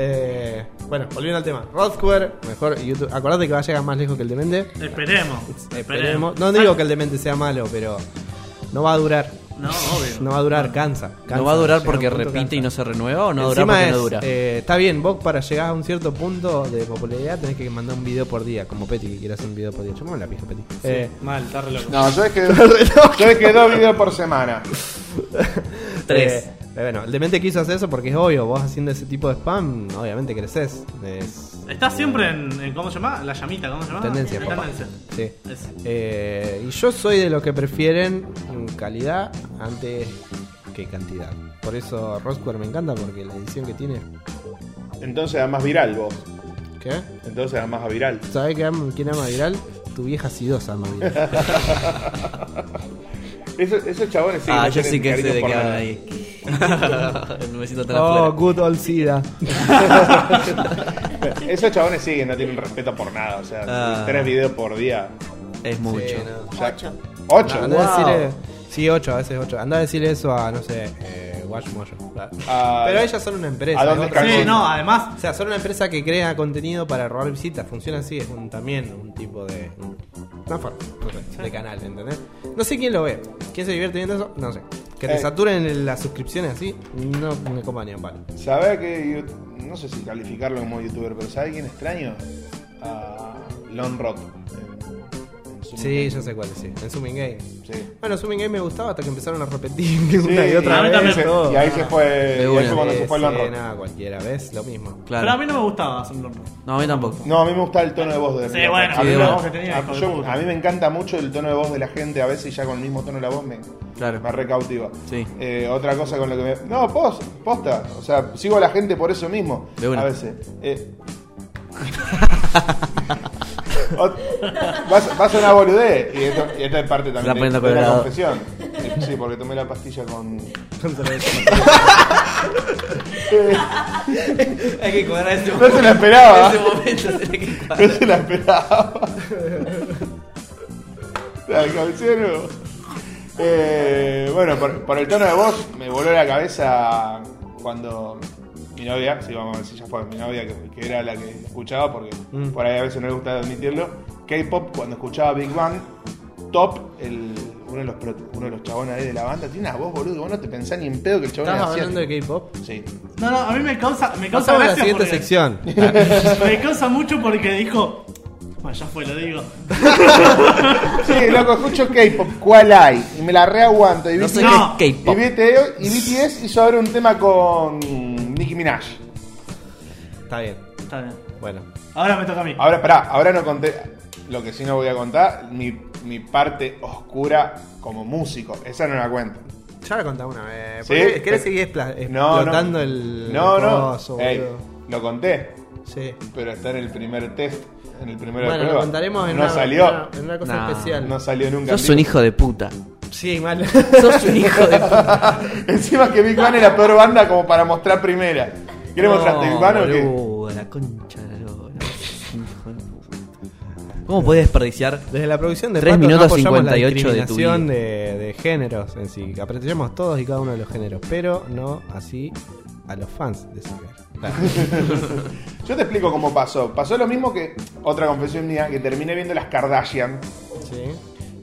Eh, bueno, volviendo al tema. Rothware, mejor YouTube. Acordate que va a llegar más lejos que el demente.
Esperemos. Ah,
Esperemos. No digo que el demente sea malo, pero no va a durar.
No, obvio.
No va a durar, cansa.
¿No va a durar porque repite y no
no
se renueva o no va a durar
Encima
porque
es,
no dura?
eh, está bien, vos para llegar a un cierto punto de popularidad tenés que mandar un video por día, como Petty, que quiere hacer un video por día. Llamame la pija, Petty. Eh,
Mal, está re loco.
No, yo es que. yo es que dos videos por semana.
Tres.
eh, bueno, el demente quiso hacer eso porque es obvio, vos haciendo ese tipo de spam, obviamente creces. Es,
Está siempre en, en- ¿Cómo se llama? La llamita, ¿cómo se llama?
Tendencia,
La
papá.
Ah, tendencia.
Sí.
Ese.
Eh, y yo soy de los que prefieren calidad antes que cantidad. Por eso Rosquare me encanta porque la edición que tiene.
Entonces da más viral vos.
¿Qué?
Entonces da más viral.
¿Sabes que am- quién ama viral? Tu vieja sidosa ama viral.
Eso, esos chabones sí.
ah,
no
yo
tienen
sí que sé
cariño
de
por
qué hablan
nada.
ahí. Me siento tan
oh,
afuera.
good old sida.
Esos chabones sí que no tienen respeto por nada. O sea,
Ah.
tres videos por día.
Es mucho.
Ya- Ocho.
Andá
wow.
a decirle. Sí, 8, a veces 8. Andá a decirle eso a, no sé, eh, Watch Mojo.
Ah,
Pero ellas son una empresa.
¿a
es
dónde
otra-
Calcón.
Sí, no, además.
O sea, son una empresa que crea contenido para robar visitas. Funciona así, es un, también un tipo de. Una forma no sé, de canal, ¿entendés? No sé quién lo ve. ¿Quién se divierte viendo eso? No sé. Que te
Eh.
saturen las suscripciones así, no me copa ni a palo.
¿Sabés que yo- no sé si calificarlo como youtuber, pero ¿sabe quién extraño? A Lon Roth. Eh, en- en su-
Sí, yo sé cuál, sí. En Zooming Game.
Sí.
Bueno, Zooming Game me gustaba hasta que empezaron a repetir una
Sí,
y
a
otra
mí
vez.
también.
se-
todo.
y ahí se fue.
De
y ahí
una.
fue cuando
Sí,
se fue Lon
sí,
Roth.
nada, cualquiera, ¿ves? Lo mismo.
Pero a
Claro.
mí no me gustaba hacer un loco.
No, a mí tampoco.
No, a mí me gusta el tono de voz de
Sí,
Lon
bueno,
Roth. a, mí
sí,
me-
bueno,
que tenía,
a-
hijo de
yo-
puta.
a mí me encanta mucho el tono de voz de la gente, a veces ya con el mismo tono de la voz me,
Claro.
me recautiva.
Sí.
Eh, otra cosa con lo que me. No, pos- posta. O sea, sigo a la gente por eso mismo.
De una.
A veces. Eh, Ot- vas, vas a una boludez. Y esto, y esta es
Se
parte
está
también de,
poniendo
de la
colorado.
confesión. Eh, Sí, porque tomé la pastilla con.
Hay que cobrar
este
ese
No se la esperaba.
momento. tenés que cobrar.
No se la esperaba. la alcancé de nuevo. Eh, bueno, por, por el tono de voz me voló la cabeza cuando mi novia, sí, vamos a ver si ya fue mi novia, que, que era la que escuchaba, porque por ahí a veces no le gusta admitirlo, K-pop, cuando escuchaba Big Bang, Top, el, uno, de los, pro- uno de los chabones ahí de la banda, tiene una voz, boludo, vos no te pensás ni en pedo que el chabón
¿Estás
es
hablando
asiático.
de K-pop?
Sí.
No, no, a mí me causa. Me causa
Pasamos a la
gracia
siguiente
porque-
sección.
Me causa mucho porque dijo. Bueno, ya fue, lo digo.
Sí, loco, escucho K-pop, ¿cuál hay? Y me la reaguanto. Y
No
BTS
sé
No.
qué es
Y
K-pop.
BTS, y BTS hizo ahora un tema con Nicki Minaj.
Está bien.
Está bien.
Bueno.
Ahora me toca a mí.
Ahora, pará, ahora no conté. Lo que sí no voy a contar, mi, mi parte oscura como músico. Esa no la cuento.
Ya lo contamos una vez.
¿Sí?
¿Por qué ¿Querés
Pero-
seguir expla-
No,
explotando
no.
el.
No, no.
coso,
Ey,
boludo?
lo conté,
Sí.
pero está en el primer test, en el primero de
Bueno, lo
prueba.
contaremos en,
no
una,
salió.
en una- en una cosa
No.
especial.
No salió nunca.
Sos
en
un
vivo.
hijo de puta.
Sí, mal.
Sos un hijo de puta.
Encima que Big Bang era peor banda como para mostrar primera. ¿Querés mostrarte Big Bang o qué?
boludo, la concha de la lora. Hijo de puta. ¿Cómo podés desperdiciar?
Desde la producción de
Tres
Pato no
minutos
apoyamos la
58 de tu
discriminación de, de géneros en sí. Que apreciamos todos y cada uno de los géneros, pero no así a los fans de ese género. Claro.
Yo te explico cómo pasó. Pasó lo mismo que otra confesión mía, que terminé viendo las Kardashian.
sí.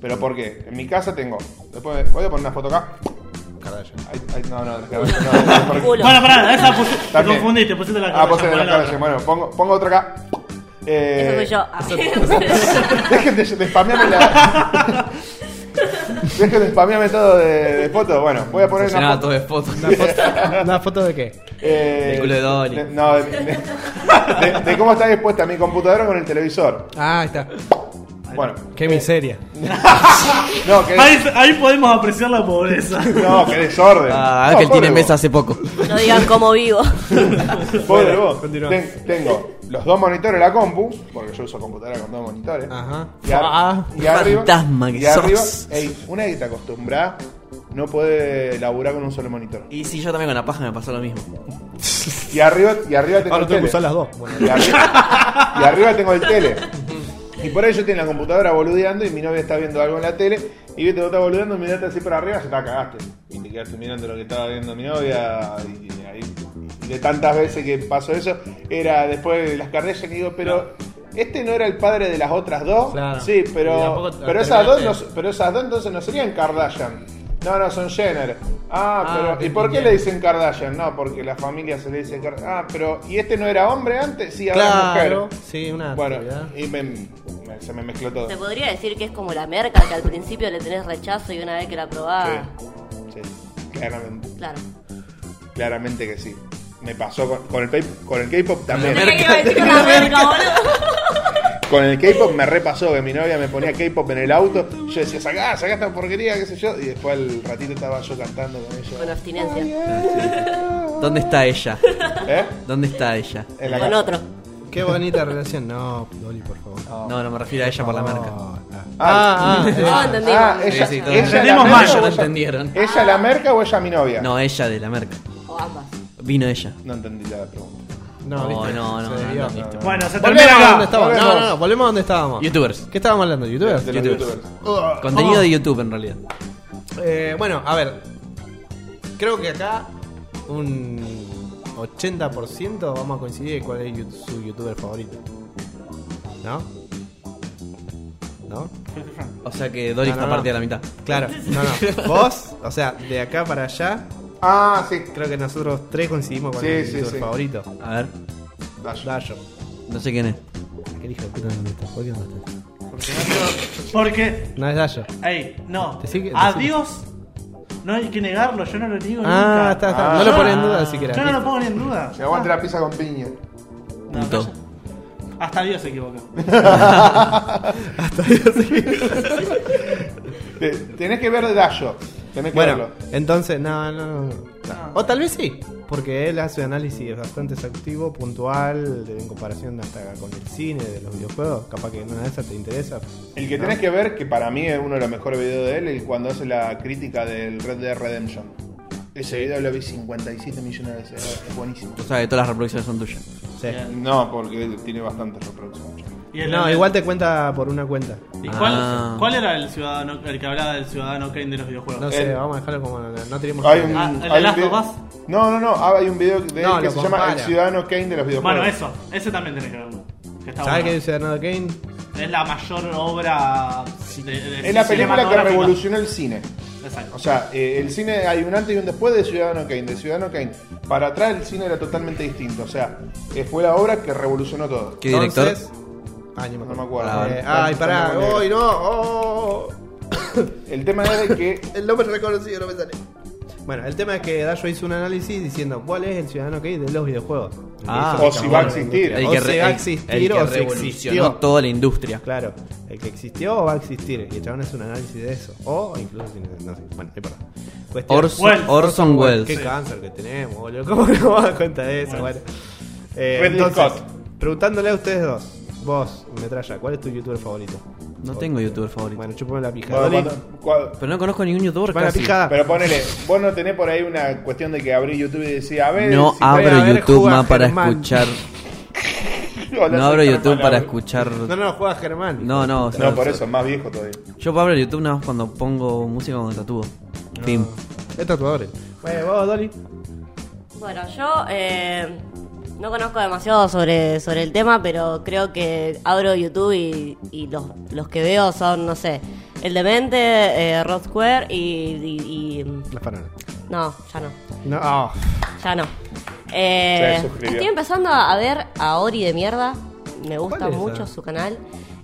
Pero ¿por qué? En mi casa tengo. Después voy a poner una foto acá.
Kardashian.
Ay, ay, no, no, las Kardashian. No, porque-
Culo.
Bueno, pará, esa pusi- te
También.
confundiste, pusiste la
Ah,
cara.
pues de las Kardashian. Bueno, pongo, pongo otra acá. Eh,
Eso soy yo.
Dejen de, de spamearme la. Dejen de spamearme todo de, de fotos. Bueno, voy a poner
Se llenaba
una
todo
foto.
de fotos.
¿Una foto de qué?
Eh,
Del culo de Dolly.
no, de, de- de- de cómo está dispuesta mi computadora con el televisor.
Ah, ahí está. Eh,
Bueno,
Qué miseria.
no, que.
Ahí, ahí podemos apreciar la pobreza.
No, qué desorden.
Ah,
No,
Ángel
pobre
tiene
vos.
mesa hace poco.
No digan cómo vivo.
Pobre
Bueno,
vos.
continúa.
Ten- tengo los dos monitores de la compu, porque yo uso computadora con dos monitores.
Ajá.
Y, ar-
Ah.
y arriba.
Fantasma que
y arriba.
sos.
Ey, una que te acostumbrás no puede laburar con un solo monitor.
Y sí, yo también con la paja me pasó lo mismo.
Y arriba, y arriba tengo
Ahora
el
Ah, tengo que
tele.
usar las dos. Bueno.
Y arriba, y arriba tengo el tele. Y por ahí yo tengo la computadora boludeando y mi novia está viendo algo en la tele Y viste, vos estás volviendo, miraste así para arriba, ya está, cagaste. Y te quedaste mirando lo que estaba viendo mi novia. Y, y ahí- y de tantas veces que pasó eso, era después de las Kardashian. Y digo, pero. Este no era el padre de las otras dos.
Claro.
Sí,
Y
pero.
tampoco te-
Pero esas, dos no,
terminaste.
pero esas dos entonces no serían Kardashian. No, no, son Jenner. Ah,
Ah,
pero.
te
¿Y por qué
entiendo.
le dicen Kardashian? No, porque la familia se le dice Kardashian. Ah, pero. ¿Y este no era hombre antes? Sí, ahora es
Claro,
mujer.
sí, una
Bueno,
actividad.
y me, me- se me mezcló todo.
Se podría decir que es como la merca, que al principio le tenés rechazo y una vez que la probás.
Sí, sí, claramente,
Claro.
claramente que sí. Me pasó con, con el, pe- con el K-pop también.
Pensé que iba a decir una merca, boludo.
Con el K-pop me repasó que mi novia me ponía K-pop en el auto. Yo decía, sacá, sacá esta porquería, qué sé yo. Y después al ratito estaba yo cantando con
Con
ella.
abstinencia.
¿Dónde está ella?
¿Eh?
¿Dónde está ella?
En la
Con
ca-
otro.
Qué bonita relación. No, Dolly, por favor.
No, no me refiero a ella por la marca.
No, ah.
Ah,
No entendimos.
ah,
Sí,
ella,
sí, todos
ella
entendimos
la
mal,
merca
yo
o
no
ella-
entendieron.
¿Ella la merca o ella mi novia?
No, ella de la merca.
O ambas.
Vino ella.
No entendí la pregunta.
No,
No, viste,
no,
se
no, no,
debió.
no, viste.
Bueno, se
Volvemos
termina
a donde
acá.
estábamos. No,
Volvemos.
no, no, volvemos a donde estábamos.
Youtubers.
¿Qué estábamos hablando? ¿Youtubers?
De los
Youtubers.
youtubers. Oh.
Contenido de YouTube en realidad.
Eh, bueno, a ver. Creo que acá un 80% vamos a coincidir cuál es yu- su youtuber favorito. ¿No? ¿No?
O sea que
No,
Doris
no,
está
no.
partida a la mitad.
Claro, no, no. Vos, o sea, de acá para allá,
Ah, sí.
creo que nosotros tres coincidimos con
Sí,
el
sí,
youtuber
sí.
favorito.
A ver,
Dash.
Dayo.
no sé quién es.
¿Qué hijo de puta dónde está? ¿Por qué no está?
Porque,
No es Dayo.
ey, no.
Decí que- decí-
Adiós. No hay que negarlo, yo no lo niego nunca.
Ah, está, está.
Ah.
no lo pone en duda siquiera.
Yo no lo pongo ni en duda.
Me aguante la pizza con piña.
No,
Punto.
calla. Hasta Dios se equivocó.
Te- Tenés que ver de Dayo. Tenés que
Bueno,
verlo.
entonces, no, no, no, no. O tal vez sí, porque él hace un análisis bastante exhaustivo, puntual, de- en comparación hasta con el cine, de los videojuegos. Capaz que en una de esas te interesa.
El que tenés que ver, que para mí es uno de los mejores videos de él, es cuando hace la crítica del Red Dead Redemption. Ese video lo vi 57 millones de veces. Es buenísimo.
O sea que todas las reproducciones son tuyas.
Sí.
Bien.
No, porque tiene bastantes reproducciones.
Y el-
No, igual te cuenta por una cuenta.
¿Y cuál,
Ah.
cuál era el ciudadano el que hablaba del ciudadano Kane de los videojuegos?
No sé,
El-
vamos a dejarlo como. No tenemos.
Hay un,
Ah, ¿el de
hay un
Last
video-
of
No, no, no. ah, Hay un video de él
No,
que
lo
se llama El
compara.
Ciudadano Kane de los videojuegos.
Bueno, eso, ese también tenés que verlo. que está
¿Sabes
bueno.
qué dice Bernardo Kane?
Es la mayor obra de, de-
Es la película que
cinematográfica.
revolucionó el cine.
Exacto.
O sea, eh, el cine hay un antes y un después de Ciudadano Kane. De Ciudadano Kane para atrás el cine era totalmente distinto. O sea, eh, fue la obra que revolucionó todo.
¿Qué director?
Entonces- Ah, no me
No me
acuerdo.
acuerdo.
Ah,
Eh,
Tanto-
ay, pará.
tanto negro.
¡Ay, no! oh, oh, oh.
El tema es de que
El nombre reconocido no me sale. Bueno, el tema es que Dayo hizo un análisis diciendo cuál es el ciudadano que hay de los videojuegos.
Ah.
o si va a existir.
El- O se
re-
va a existir
el que
o se
revolucionó
existió.
toda la industria.
Claro, el que existió o va a existir. Y el chabón hace un análisis de eso. O incluso, si no no sé, bueno, no importa. Cuestión-
Orson,
Wells.
Orson Welles.
Qué cáncer que tenemos, boludo. ¿Cómo no vamos a dar cuenta de eso? Bueno. Eh,
Ridley
entonces,
Scott.
preguntándole a ustedes dos. Vos, Metralla, ¿cuál es tu youtuber favorito?
No tengo youtuber favorito.
Bueno, chupame la pija.
Bueno,
Dolly,
cuando- cuando-
Pero no conozco ningún youtuber
chupame la
casi.
pijada.
pero ponele, vos no tenés por ahí una cuestión de que abrí YouTube y decís, a ver,
No
si
abre
trae-
a
abro
ver,
YouTube
juega
más para
Germán.
escuchar.
Hola, soy
No abro YouTube
Carmelo.
para escuchar.
No, no, juega Germán.
No, no. o sea,
No, por eso, más viejo todavía.
Yo abro YouTube nada más cuando pongo música cuando tatúo. Pim.
Es tatuador. Bueno, vos, Dolly.
Bueno, yo eh, no conozco demasiado sobre, sobre el tema, pero creo que abro YouTube y, y los, los que veo son, no sé, El Demente, eh, Rod Square y, y- y-
Las panonas.
No, ya no,
No, ah.
ya no. Eh,
Se suscribió.
estoy empezando a ver a Ori de mierda, me gusta
¿Cuál es
mucho
esa?
su canal.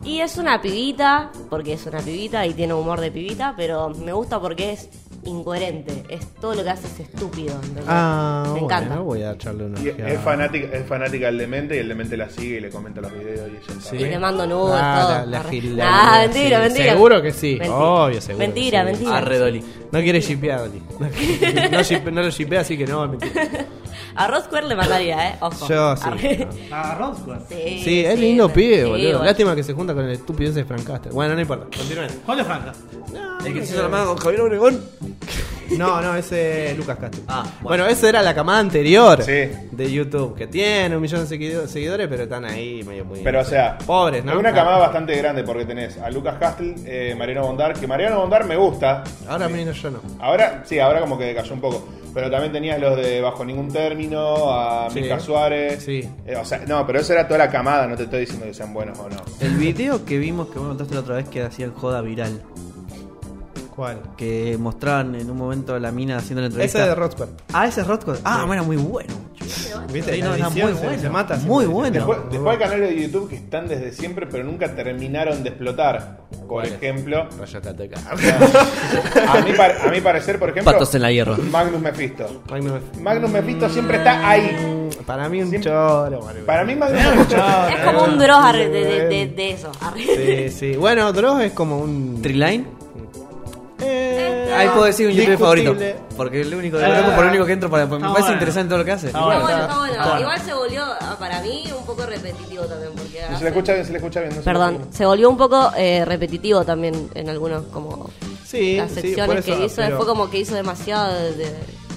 Y es una pibita, porque es una pibita y tiene humor de pibita, pero me gusta porque es incoherente, es todo lo que hace es estúpido. ¿entendés?
Ah,
me
bueno,
encanta.
voy a echarle una
Y
ojeada.
es fanática, es fanática del demente y el demente la sigue y le comenta los videos y ella
Sí.
Y le mando nudos,
Ah,
todo.
la- la
Arre.
gil-
ah,
la-
mentira,
sí.
mentira.
Seguro que sí.
Mentira.
Obvio, seguro
Mentira,
que sí.
mentira.
Arre Dolly.
No quiere shipear, Dolly. No, shipe- no lo shipea, así que no, es mentira.
A Rosquare le mataría, eh. Ojo.
Yo sí.
Arre.
Ah, Roswell.
Sí,
Sí, es lindo
sí,
pibe,
sí,
boludo.
bueno.
Lástima que se junta con el estúpido ese de Frank Caster. Bueno, no importa. Continúen.
¿Cuál es Franca?
El que se hizo la mano con Javier Obregón.
No, no, ese es Lucas Castro.
Ah,
bueno.
bueno.
esa era la camada anterior
Sí.
de YouTube, que tiene un millón de seguido- seguidores, pero están ahí medio muy.
Pero, o sea,
pobres, ¿no?
Es una
Ah.
camada bastante grande porque tenés a Lucas Castle, eh, Mariano Bondar, que Mariano Bondar me gusta.
Ahora menos yo no.
Ahora, sí, ahora como que decayó un poco. Pero también tenías los de Bajo Ningún Término, a
Sí.
Mica Suárez.
Sí.
Eh, o sea, no, pero eso era toda la camada, no te estoy diciendo que sean buenos o no.
El video que vimos que vos contaste la otra vez que hacían joda viral.
¿Cuál?
Que mostraban en un momento a la mina haciendo la entrevista.
Ese de Rothschild.
Ah, ese es Rothko. Ah, bueno, muy bueno.
¿Viste?
Sí, no,
La
está muy
edición se-
bueno.
se mata sin
muy
edición.
bueno.
Después, después hay canales de YouTube que están desde siempre, pero nunca terminaron de explotar. Por
¿Cuáles?
ejemplo,
Rayatateca.
a mi, par- a mi parecer, por ejemplo,
Patos en la hierba.
Magnus Mephisto.
Magnum-
Magnus Mephisto siempre está ahí.
Para mí un
Siempre-
choro, boludo.
Para mí, Magnus Mephisto.
Es como un Dross arre- de, de- de- de eso.
Sí,
arre.
sí. Bueno, Dross es como un.
Triline.
Eh,
Ahí puedo decir un YouTube favorito.
discutible.
Porque el único,
Ah.
por el único que entro para. Me
Está
parece
bueno.
interesante todo lo que hace.
Está
Está
bueno,
Ah, bueno, está
está
bueno.
bueno.
Igual se volvió, ah, para mí, un poco repetitivo también. Porque
No se
hace-
le escucha bien, se le escucha bien. no se le
Perdón,
escucha
se volvió un poco eh, repetitivo también en algunos, como
Sí,
las
sí,
secciones
por eso,
que hizo.
pero-
Fue como que hizo demasiado de- de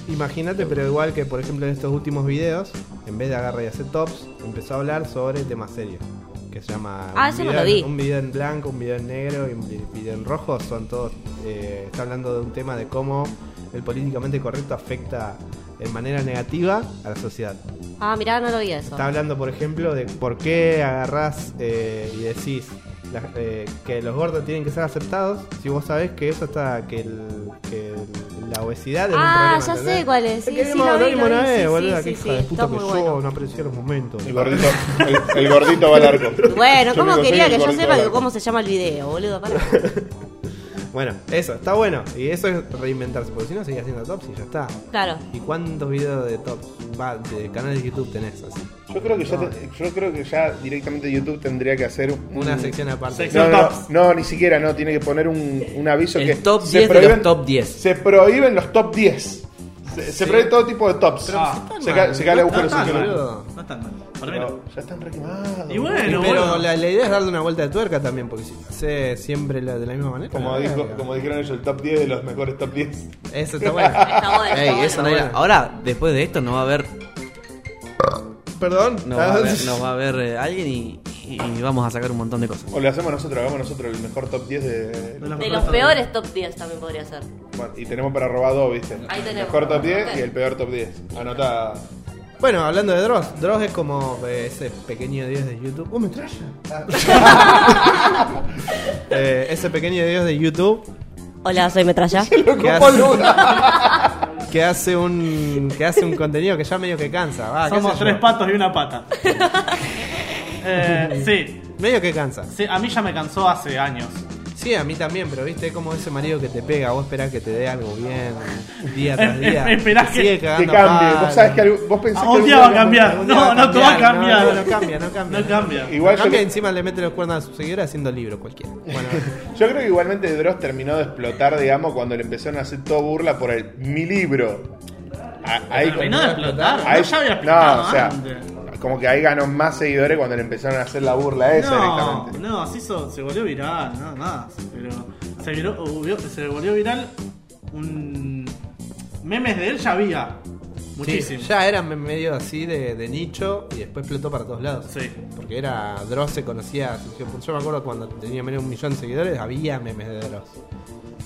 Imagínate, pero igual que por ejemplo en estos últimos videos, en vez de agarrar y hacer tops, empezó a hablar sobre temas serios. Que se llama.
Ah,
un
eso no
video,
lo vi.
Un video en blanco, un video en negro y un vi- video en rojo. Son todos. eh, está hablando de un tema de cómo el políticamente correcto afecta en manera negativa a la sociedad.
Ah, mirá, no lo vi eso.
Está hablando, por ejemplo, de por qué agarrás eh, y decís la- eh, que los gordos tienen que ser aceptados si vos sabés que eso está. que, el- que el- la obesidad es
Ah,
un problema.
ya
¿entendés?
sé cuál es. Sí,
que
sí,
vimos
lo vi,
Anónimo
lo vi,
una
sí,
vez,
sí,
boluda,
sí,
qué
sí,
hija de
está
puta
muy
que
bueno.
yo, no aprecié los momentos.
bien. El gordito, el, el gordito va al arco.
Bueno,
Yo
¿cómo
me
quería
considero
que
el
yo
gordito
sepa
al
que
arco.
cómo se llama el video, boludo? Pará.
Bueno, eso, está bueno. Y eso es reinventarse, porque si no seguís haciendo tops y ya está.
Claro.
¿Y cuántos videos de tops, va, de canales de YouTube tenés así?
Yo creo que ya, te- yo creo que ya directamente YouTube tendría que hacer un-
Mm.
Una sección aparte.
Sección.
No, no,
Tops.
no, ni siquiera, no, tiene que poner un, un aviso
El
que
top
se
10 de
prohíben-
los top 10.
Se prohíben los top 10. Se, se prohíbe todo tipo de tops.
Ah.
se cae se cae el agujero
está mal,
seccional.
boludo.
No es tan mal. Para mí
Pero
no.
Ya están requemados.
Y bueno,
Pero
bueno.
la, la idea es darle una vuelta de tuerca también, porque si lo hace siempre la- de la misma manera.
Como,
la
dijo,
verga.
como dijeron ellos, el top 10 de los mejores top 10.
Eso está bueno.
Está bueno.
Ey,
está
eso no
bueno.
era- Ahora, después de esto, no va a haber.
Perdón.
No va a haber, no va a haber eh, alguien y, y vamos a sacar un montón de cosas.
O lo hacemos nosotros, hagamos nosotros el mejor top 10 de.
De los
De los peores top 10 también podría ser.
Bueno, y tenemos para robar dos, ¿viste?
Ahí
El
tenemos.
mejor top 10
Ok.
y el peor top 10. Anota.
Bueno, hablando de Dross, Dross es como eh, ese pequeño dios de YouTube. ¡Oh, metralla! Eh, ese pequeño dios de YouTube
Hola, soy Metralla.
que hace, que hace un que hace un contenido que ya medio que cansa. Va, qué
Somos
sé yo.
tres patos y una pata. eh, sí.
Medio que cansa.
Sí, a mí ya me cansó hace años.
Sí, a mí también, pero viste, es como ese marido que te pega, vos esperás que te dé algo bien, día tras día.
Esperás que-
Sigue
Que
cagando
cambie.
a
Vos sabés que
palo.
algo- vos pensás
Ah,
que.
un
algún
día
día
va a
lo-
cambiar.
Algún día va
No,
a
no te va a
cambiar,
cambiar.
No, no cambia, no cambia.
No cambia.
Igual
No
yo-
cambia, encima le mete los cuernos a su seguidora haciendo libros cualquiera. Bueno,
Yo creo que igualmente Dross terminó de explotar, digamos, cuando le empezaron a hacer todo burla por el mi libro. A- ahí-
Terminó de explotar.
ahí-
no, ya había explotado
no, o sea,
antes.
como que ahí ganó más seguidores cuando le empezaron a hacer la burla esa
No,
directamente.
no, se, hizo, se volvió viral, nada más. Pero se, viró- hubo- se volvió viral un... Memes de él ya había. Muchísimo.
sí, ya era me- medio así de, de nicho y después explotó para todos lados.
Sí.
Porque era Dross se conocía. Yo me acuerdo cuando tenía menos de un millón de seguidores, había memes de Dross.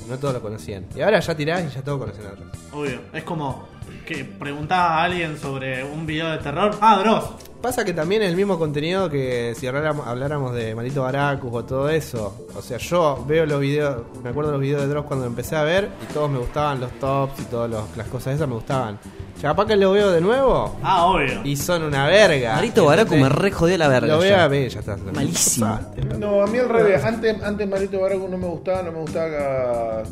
No todos lo conocían. Y ahora ya tirás y ya todos conocen a Dross.
Obvio. Es como que preguntaba a alguien sobre un video de terror. Ah, Dross.
Pasa que también el mismo contenido que si habláramos, habláramos de Manito Baracus o todo eso. O sea, yo veo los videos, me acuerdo los videos de Dross cuando lo empecé a ver y todos me gustaban los tops y todas los- las cosas esas me gustaban. Ya capaz que los veo de nuevo
Ah, obvio.
y son una verga.
Marito Baraco me
Entonces,
re jodió la verga.
Lo veo
ya.
a ver, ya está.
Malísimo.
Pasaste.
No, a mí al revés. Antes, antes Marito Barago no me gustaba, no me gustaba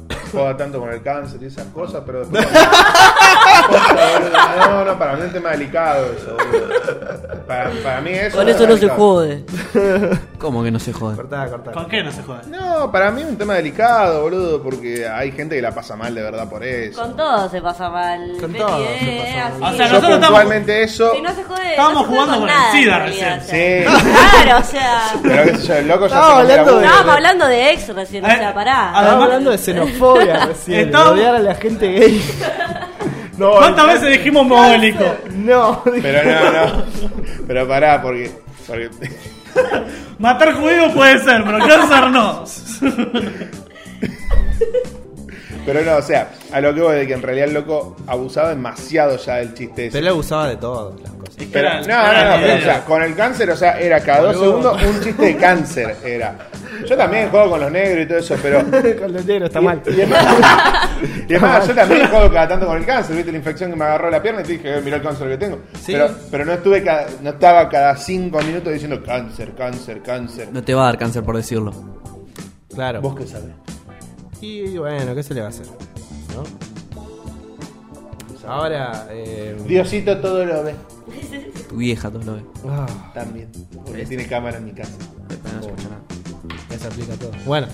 que joda tanto con el cáncer y esas cosas, pero después. Posta, boludo. no, no, para mí es un tema delicado eso, boludo. Para, para mí eso.
Con
es
eso no se
delicado.
jode.
¿Cómo que no se jode?
Cortá, cortá.
¿Con qué no se jode?
No, para mí es un tema delicado, boludo, porque hay gente que la pasa mal de verdad por eso.
Con todo se pasa mal.
Con
Betty,
todo
eh,
se pasa
así.
mal. O sea,
Yo
nosotros estamos-
puntualmente eso.
Si no se jode,
Estábamos
no se jode
jugando con el
nada, en
SIDA
realidad,
recién.
o sea. Claro, o sea.
Pero qué sé yo, el loco ya
Estaba
se comió la
hablando de-
abuela.
Estábamos hablando de ex recién, o
Eh,
sea, pará.
además-
Estaba hablando de xenofobia recién. de
Estamos-
odiar a la gente gay. No,
¿Cuántas veces dijimos mogólico?
No,
Pero no, no. Pero pará, porque. porque-
Matar judíos puede ser, pero cáncer no.
Pero no, o sea, a lo que voy de que en realidad el loco abusaba demasiado ya del chiste ese.
Pero él abusaba de todas las cosas.
Pero,
Era-
no,
era
no, no, pero
nivel.
o sea, con el cáncer, o sea, era cada dos segundos un chiste de cáncer. Era. Yo también juego con los negros y todo eso, pero.
Con los negros está mal.
Y además, y además, yo también juego cada tanto con el cáncer, viste la infección que me agarró la pierna y te dije, "Eh, mirá el cáncer que tengo.
Sí.
Pero, pero no estuve cada- no estaba cada cinco minutos diciendo cáncer, cáncer, cáncer.
No te va a dar cáncer por decirlo.
Claro.
¿Vos qué sabés?
Y bueno, ¿qué se le va a hacer? ¿No? Ahora. Eh...
Diosito todo lo ve.
Tu vieja todo lo ve.
ah,
También. Porque tiene cámara en mi casa.
No se escucha nada.
ya se aplica todo. Bueno.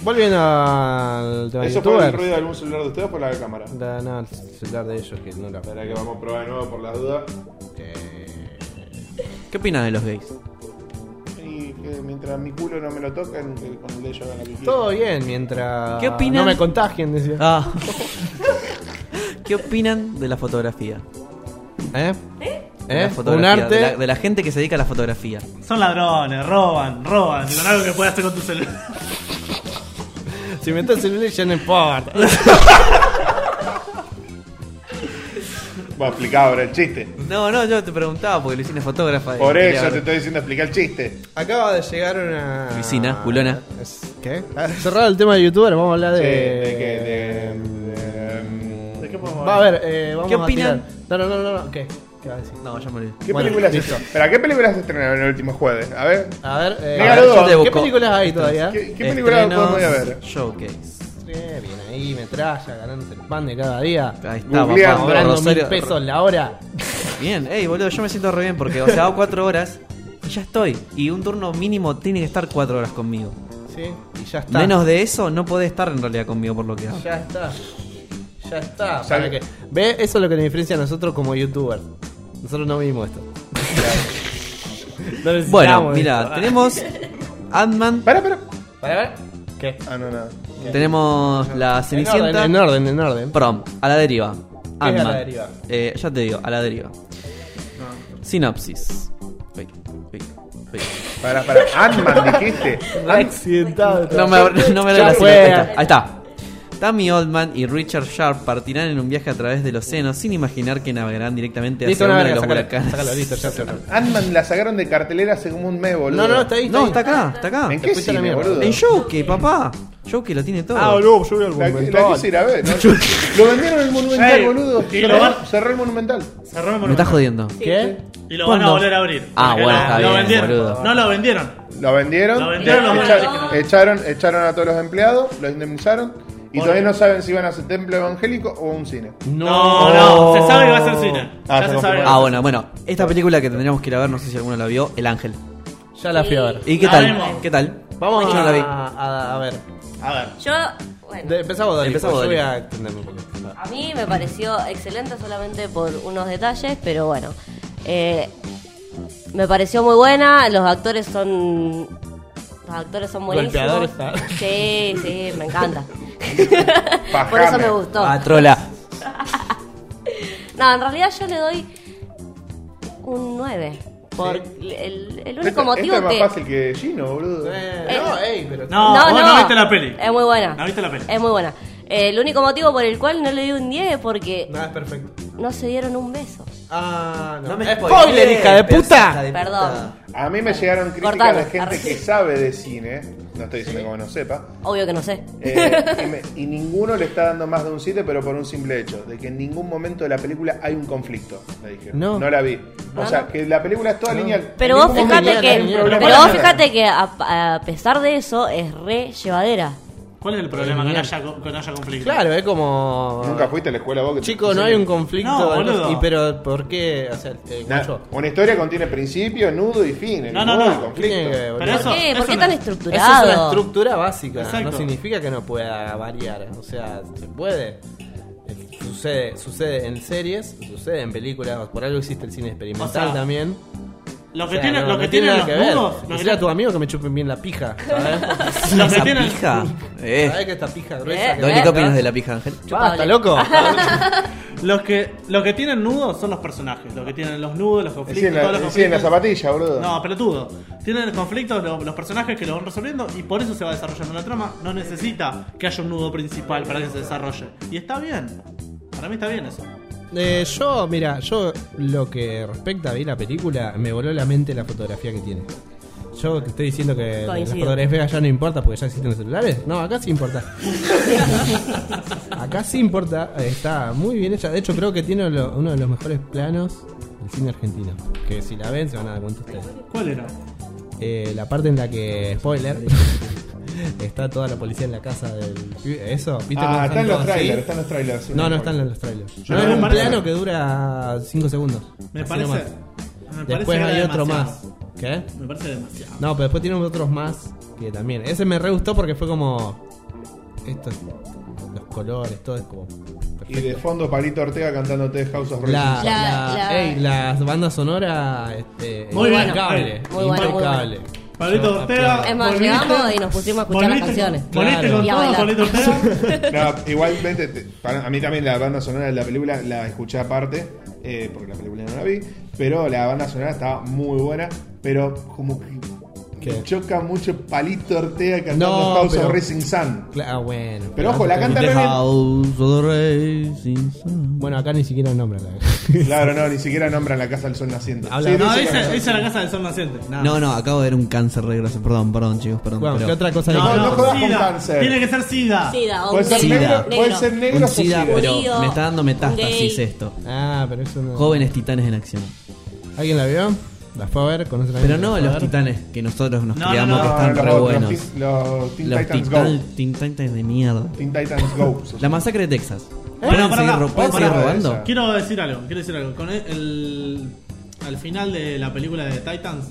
Volviendo al tema de
¿Eso fue el
youtubers.
ruido de algún celular de ustedes por la cámara?
Da- no, el celular de ellos que no la
Espera que vamos a probar de nuevo por las dudas.
Eh,
¿Qué opinas de los gays?
Y que mientras mi culo no me lo toquen, que con el de ellos hagan lo que quieran.
Todo bien mientras.
¿Qué
No
opinan?
me contagien, decía.
Ah. ¿Qué opinan de la fotografía?
¿Eh?
De la
¿Eh? Un
fotografía,
arte.
De la, de la gente que se dedica a la fotografía.
Son ladrones, roban, roban. Con algo que puedas hacer con tu celular.
Si me estás celular ya no importa.
Bueno, explicá ahora el chiste.
No, no, yo te preguntaba porque Lucina es fotógrafa. y
Por
quería
eso te
ver.
estoy diciendo explicar el chiste.
Acaba de llegar una.
Lucina, culona.
Es- ¿Qué? Cerrado el tema de youtuber, vamos a hablar de.
Sí, de que- de- de- mm,
¿De qué podemos
Va a ver, eh, vamos
¿Qué
a
opinan?
tirar. No, no, no, no, no. ¿Qué? ¿Qué va a decir?
No, ya me olvidé.
¿Qué
Bueno,
películas
listo.
Espera, ¿qué películas se estrenaron el último jueves? A ver.
A ver, eh,
Venga,
a ver,
Ludo,
yo te
¿qué
busco. ¿qué películas
películas
hay todavía?
¿Qué, qué película
Estrenos,
podemos ir a ver?
Showcase.
Eh, bien ahí, metralla, ganándose el pan de cada día.
Ahí está,
Googleando.
papá.
Cobrando mil
Rosario-
pesos la hora.
Bien, ey, boludo, yo me siento re bien porque, o sea, hago cuatro horas y ya estoy. Y un turno mínimo tiene que estar cuatro horas conmigo.
Sí, y ya está.
Menos de eso, no podés estar en realidad conmigo por lo que hago.
Ya está. Ya está.
Sale.
Para que- ¿Ve? Eso es lo que nos diferencia a nosotros como youtubers. Nosotros no vimos esto. No necesitamos
Bueno,
esto. Ah,
mira, tenemos Ant-Man,
Pará, pará.
Para ver. ¿Qué?
Ah, no, nada.
tenemos la
En orden,
Cenicienta,
en orden, en orden.
Prom, a la deriva.
a la
Ant-Man.
deriva?
Eh, ya te digo, a la deriva. Sinopsis. Uy, uy, uy.
Pará, pará. Ant-Man, dijiste.
Accidentado.
No me, no me
Ya
leo la
fue.
sinopsis. Ahí está. Tammy Oldman y Richard Sharp partirán en un viaje a través del océano sin imaginar que navegarán directamente hacia
Listo,
uno
una
de
verga,
los
sacalo,
huracanes.
sacalo, listo, ya se acabó.
Ant-Man la sacaron de cartelera hace como un mes, boludo.
No, no, está ahí.
No, está acá, está acá.
¿En qué
Escucha la
cine,
mierda. Ah,
boludo?
En Showkey, papá. Showkey lo tiene todo.
no, yo voy al
La, la quise ir a ver, ¿no? Lo vendieron en el Monumental,
Ey,
boludo.
y lo van-
Cerró el Monumental.
Cerró
Me
el
estás
monumento.
jodiendo.
¿Qué?
Y lo van
¿Cuándo?
a volver a abrir.
Ah,
Porque
bueno,
no,
está
lo
bien,
vendieron.
boludo.
No lo vendieron.
Lo vendieron.
Lo vendieron,
le-
lo
echa-
vendieron.
echaron, echaron a todos los empleados, los indemnizaron. Y
Bueno.
todavía no saben si van a ser templo evangélico o un cine.
No, no,
Oh.
se sabe que va a ser cine.
Ah,
ya
se
se sabe.
Ah, bueno, bueno. Esta película que tendríamos que ir a ver, no sé si alguno la vio, El Ángel.
Ya la fui a ver.
¿Y qué
La
tal?
vemos.
¿Qué tal?
Vamos
Yo
a,
no la vi.
a- a ver.
A ver.
Yo, bueno,
De- empezamos, Dani.
Empezamos,
porque Yo voy
Dani.
a extenderme un poco.
a mí me pareció excelente solamente por unos detalles, pero bueno. Eh, me pareció muy buena, los actores son... Los actores son buenísimos.
Golpeadores, ah.
Sí, sí, me encanta. por eso
Pajame.
me gustó.
Ah, trola.
No, en realidad yo le doy un 9. Por el, el único motivo
Esto Este es
que...
más fácil que Gino, boludo.
Eh, no, ey, pero.
No, vos no viste la peli.
Es muy buena.
No viste la peli.
Es muy buena. Eh, El único motivo por el cual no le di un 10 es porque
Nada es perfecto.
no se dieron un beso.
Ah, no.
No me
spoiler, hija de
spoilees, hija
puta.
de
Perdón.
puta.
A mí me llegaron críticas
Cortalo,
de gente
arre.
que sabe de cine. No estoy diciendo como no sepa.
Obvio que no sé.
Eh, y, me- y ninguno le está dando más de un 7, pero por un simple hecho, de que en ningún momento de la película hay un conflicto, me dijeron.
No.
la vi. O sea, que la película es toda lineal.
Pero
En
vos
ningún
fijate
momento hay
que,
un
niña,
problema.
pero vos
Nada.
fijate que a, a pesar de eso es re llevadera.
¿Cuál es el problema? Que no haya, co- que no haya conflicto.
Claro, es como.
Nunca fuiste a la escuela vos que te-
Chico, no hay un conflicto.
No, boludo.
y pero ¿por qué? O sea, eh,
Na-
Gucho,
Una historia contiene principio, nudo y fin. El
No, no,
nudo
no.
y conflicto.
Tiene que-
Pero
boludo.
eso,
¿Por qué? ¿Por
eso no-
qué tan
Eso es una
estructurado?
estructura básica.
Exacto.
No significa que no pueda variar. O sea, se puede. Eh, Sucede, sucede en series, sucede en películas. Por algo existe el cine experimental
O sea,
también.
Lo
O
que
sea,
tienen,
no-
lo
no
que tienen
nada
los
ver.
nudos, lo que
Decirle a tu
tienen-
amigo que me chupen bien la pija. ¿Sabes?
lo que
¿Esa
tienen-
pija? Eh.
¿Sabes que esta pija gruesa?
Eh,
que
Doble,
hay
¿qué
acá?
opinas de la pija, Ángel?
Basta, loco.
los que los que tienen nudos son los personajes, los que tienen los nudos, los
Decí
conflictos,
en, la,
todos los
decí en la
conflictos.
zapatilla, boludo.
No, pelotudo. Tienen conflictos lo- los, personajes que los van resolviendo y por eso se va desarrollando la trama. No necesita que haya un nudo principal para que se desarrolle. Y está bien. Para mí está bien eso.
Eh, yo, mira, yo lo que respecta a mí la película, me voló la mente la fotografía que tiene. Yo te estoy diciendo que
Coincido.
la fotografía ya no importa porque ya existen los celulares. No, acá sí importa. acá sí importa, está muy bien hecha. De hecho, creo que tiene lo- uno de los mejores planos del cine argentino. Que si la ven, se van a dar cuenta ustedes.
¿Cuál era?
Eh, la parte en la que, spoiler, está toda la policía en la casa del. pibe. Eso, ¿viste? cómo
Ah, están los
todos así?
trailers, están los trailers. sí,
este No, no
importa.
están en los trailers. no,
Yo no
es un
me parece.
plano que dura 5 segundos.
Me
Así
parece.
nomás.
Me parece
Después
que era
hay otro más.
demasiado.
¿Qué?
Me parece demasiado.
No, pero después tienen otros más que también. Ese me re gustó porque fue como. Esto, es- los colores, todo es como.
Y
perfecto.
de fondo, Palito Ortega cantándote House of
La, la,
Roses.
La- la-
ey, las bandas sonoras. Este,
Muy bueno.
impecable,
Muy bueno, muy
impecable.
Pablito
Yo
Ortega.
aplaudo.
Es más,
volviste-
llegamos y nos pusimos a escuchar las
volviste-
canciones.
Volviste
Claro.
con
Y a
todo,
bailar.
Pablito Ortega.
No, igualmente, te- para- a mí también la banda sonora de la película la escuché aparte, eh, porque la película no la vi, pero la banda sonora estaba muy buena, pero como que
¿Qué?
choca mucho Palito Ortega cantando
No,
House
pero-
of Racing Sun.
Cla- Ah, bueno.
Pero ojo, la canta re bien.
House of the Rising Sun.
Bueno, acá ni siquiera nombran la.
Claro, no, ni siquiera nombran la casa del sol naciente.
Habla-
No,
dice
dice,
que-
dice la casa del sol naciente. Nada.
No, no, acabo de ver un cáncer regroso. Perdón, perdón, chicos, perdón.
Bueno,
pero-
¿qué otra cosa
No,
hay?
no jodas con
SIDA.
cáncer.
Tiene que ser SIDA.
Sida, o
Puede
un
ser
negro,
negro, puede
negro.
ser negro
Un
o
SIDA,
sida.
pero
Judío,
me está dando metástasis
gay.
esto.
Ah, pero eso no.
Jóvenes titanes en acción.
¿Alguien la vio? ¿La fue a ver? ¿Conoce la
Pero
gente?
no
¿La fue a
los
ver?
titanes que nosotros nos
No, no,
creamos
no,
que están
los,
re
los
buenos.
Teen- los Teen
Los
Titans
titan-
Go.
Teen Titans de mierda.
Teen Titans Go. se
La masacre de Texas.
Bueno,
¿Pueden
pará,
seguir,
pará,
ro- pueden
pará,
seguir
pará,
robando?
esa.
Quiero decir algo, quiero decir algo. Con el, el- al final de la película de Titans,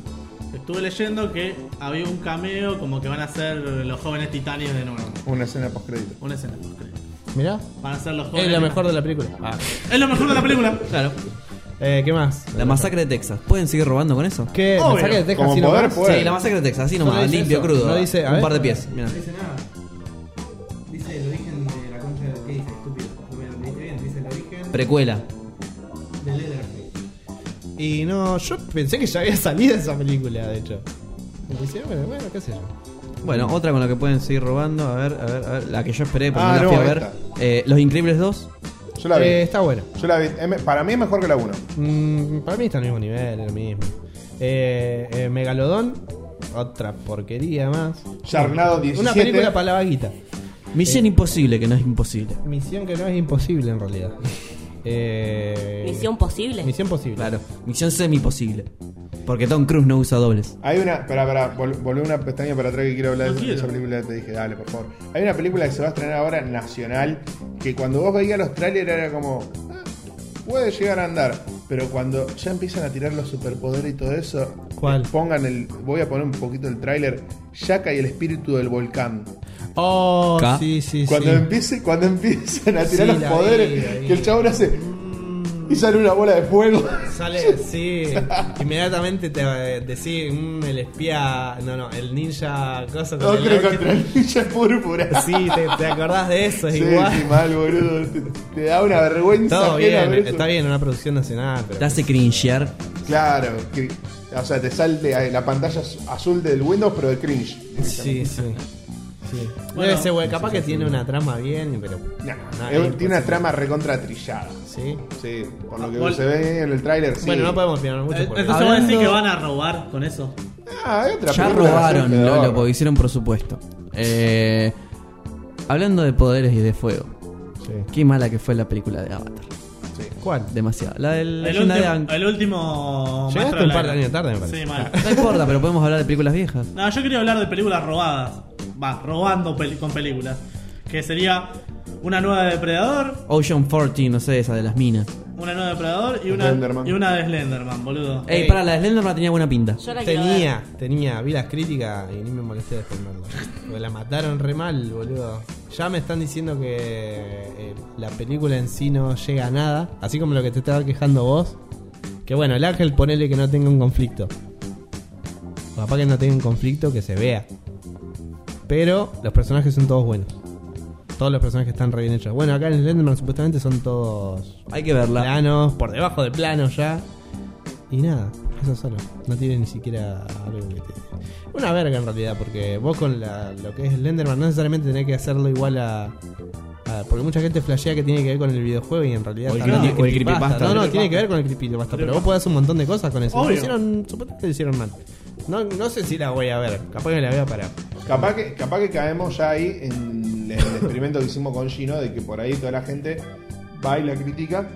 estuve leyendo que había un cameo como que van a ser los jóvenes titanes de nuevo.
Una escena postcrédito.
Una escena, creo.
Mirá.
Van a ser los jóvenes.
Es lo
Titanes.
mejor de la película.
Es lo mejor de la película.
Claro. Eh, ¿Qué más?
La masacre de Texas. ¿Pueden seguir robando con eso?
¿Qué?
Obvio.
¿Masacre de Texas?
Como
sí,
poder,
nomás?
puede.
Sí, la masacre de Texas, así
No
nomás,
dice
limpio,
eso,
crudo.
no dice- a
un
ver.
par de pies. mirá.
dice nada. Dice el origen de la concha de lo que dice, estúpido. No me lo leíste bien. Dice el origen
Precuela.
de Leatherface.
Y no, yo pensé que ya había salido esa película, de hecho. Y dice, bueno, bueno, qué sé yo.
Bueno, otra con la que pueden seguir robando. A ver, a ver, a ver. La que yo esperé, porque
Ah,
no la
no,
fui a ver.
esta.
Eh, Los Increíbles 2.
Yo la vi.
Eh, está bueno.
Yo la vi. Es me- Para mí es mejor que la 1.
Mm, para mí está al mismo nivel, es lo mismo. Eh, eh, Megalodón, otra porquería más.
Charnado 17.
Una película para la vaguita.
Misión imposible, que no es imposible.
Misión que no es imposible en realidad. Eh,
Misión posible.
Misión posible.
Claro. Misión semi posible. Porque Tom Cruise no usa dobles.
Hay una. Pará, pará, vol- volvé una pestaña para atrás que quiero hablar
No
de
quiero.
esa película. Te dije, dale, por favor. Hay una película que se va a estrenar ahora nacional. Que cuando vos veías los trailers era como. "Ah, puede llegar a andar. Pero cuando ya empiezan a tirar los superpoderes y todo eso.
¿Cuál?
Pongan el. Voy a poner un poquito el tráiler. Yaka y el espíritu del volcán.
Oh,
Ca-
sí, sí,
Cuando,
sí.
empiece, cuando empiezan a
Sí,
tirar los
la vi,
poderes.
la vi.
que el chabón hace. Y sale una bola de fuego.
Sale, sí. Inmediatamente te eh, decís, mm, el espía. No, no, el ninja. Cosa con
Otro
el
contra el ninja púrpura.
Sí, te, te acordás de eso, es
Sí,
igual.
sí, mal, boludo. Te, te da una vergüenza.
Todo
ajena
bien,
ver eso.
está bien, una producción nacional. Pero...
Te hace cringear.
Claro. que- o sea, te salte a- la pantalla az- azul del Windows, pero de cringe.
Sí, sí. sí.
Bueno,
Debe ser, güey, capaz que tiene una trama bien, pero.
Nah,
Nah, es
es- tiene una
imposible.
trama recontra trillada.
Sí.
Sí, por lo que
Vol-
se ve en el tráiler, sí.
Bueno, no podemos opinar mucho.
Eh,
Porque...
Entonces voy a decir
Hablando-
que van a robar con eso.
Ah, hay otra
Ya
película de
robaron,
Alfredo
Lolo,
Doro.
porque hicieron presupuesto. Eh, hablando de poderes y de fuego.
Sí.
Qué mala que fue la película de Avatar.
Sí.
¿Cuál?
Demasiado. La del
El
Leyenda de
último,
Aang.
el último
Llegaste
Maestro
un par de
Black.
años tarde, me parece.
Sí, mal.
No importa, pero podemos hablar de películas viejas.
No, yo quería hablar de películas robadas. Va, robando peli- con películas. Que sería una nueva de Depredador,
Ocean 14, no sé, esa de las minas.
una nueva de Depredador y una,
Slenderman.
y una de Slenderman, boludo.
Ey, para la de Slenderman tenía buena pinta.
Yo la quiero ver.
Tenía, tenía, vi las críticas y ni me molesté de defenderla. Porque la mataron re mal, boludo. Ya me están diciendo que eh, la película en sí no llega a nada. Así como lo que te estaba quejando vos. Que bueno, el ángel ponele que no tenga un conflicto. O capaz que no tenga un conflicto que se vea. Pero los personajes son todos buenos. Todos los personajes están re bien hechos. Bueno, acá en Slenderman supuestamente son todos
Hay que verla.
planos, por debajo de planos ya. Y nada, eso solo. No tiene ni siquiera algo que te... Una verga en realidad, porque vos con la- lo que es Slenderman no necesariamente tenés que hacerlo igual a... a- porque mucha gente flashea que tiene que ver con el videojuego y en realidad...
O el
también
creepy-
tiene
o el creepypasta.
No, no,
Creepypasta.
tiene que ver con el creepypasta, pero vos podés hacer un montón de cosas con eso. Lo
Obvio.
hicieron, supongo que lo hicieron mal. No, no sé si la voy a ver, capaz que la voy a parar.
Capaz que, capaz que caemos ya ahí en el experimento que hicimos con Gino de que por ahí toda la gente va y la critica.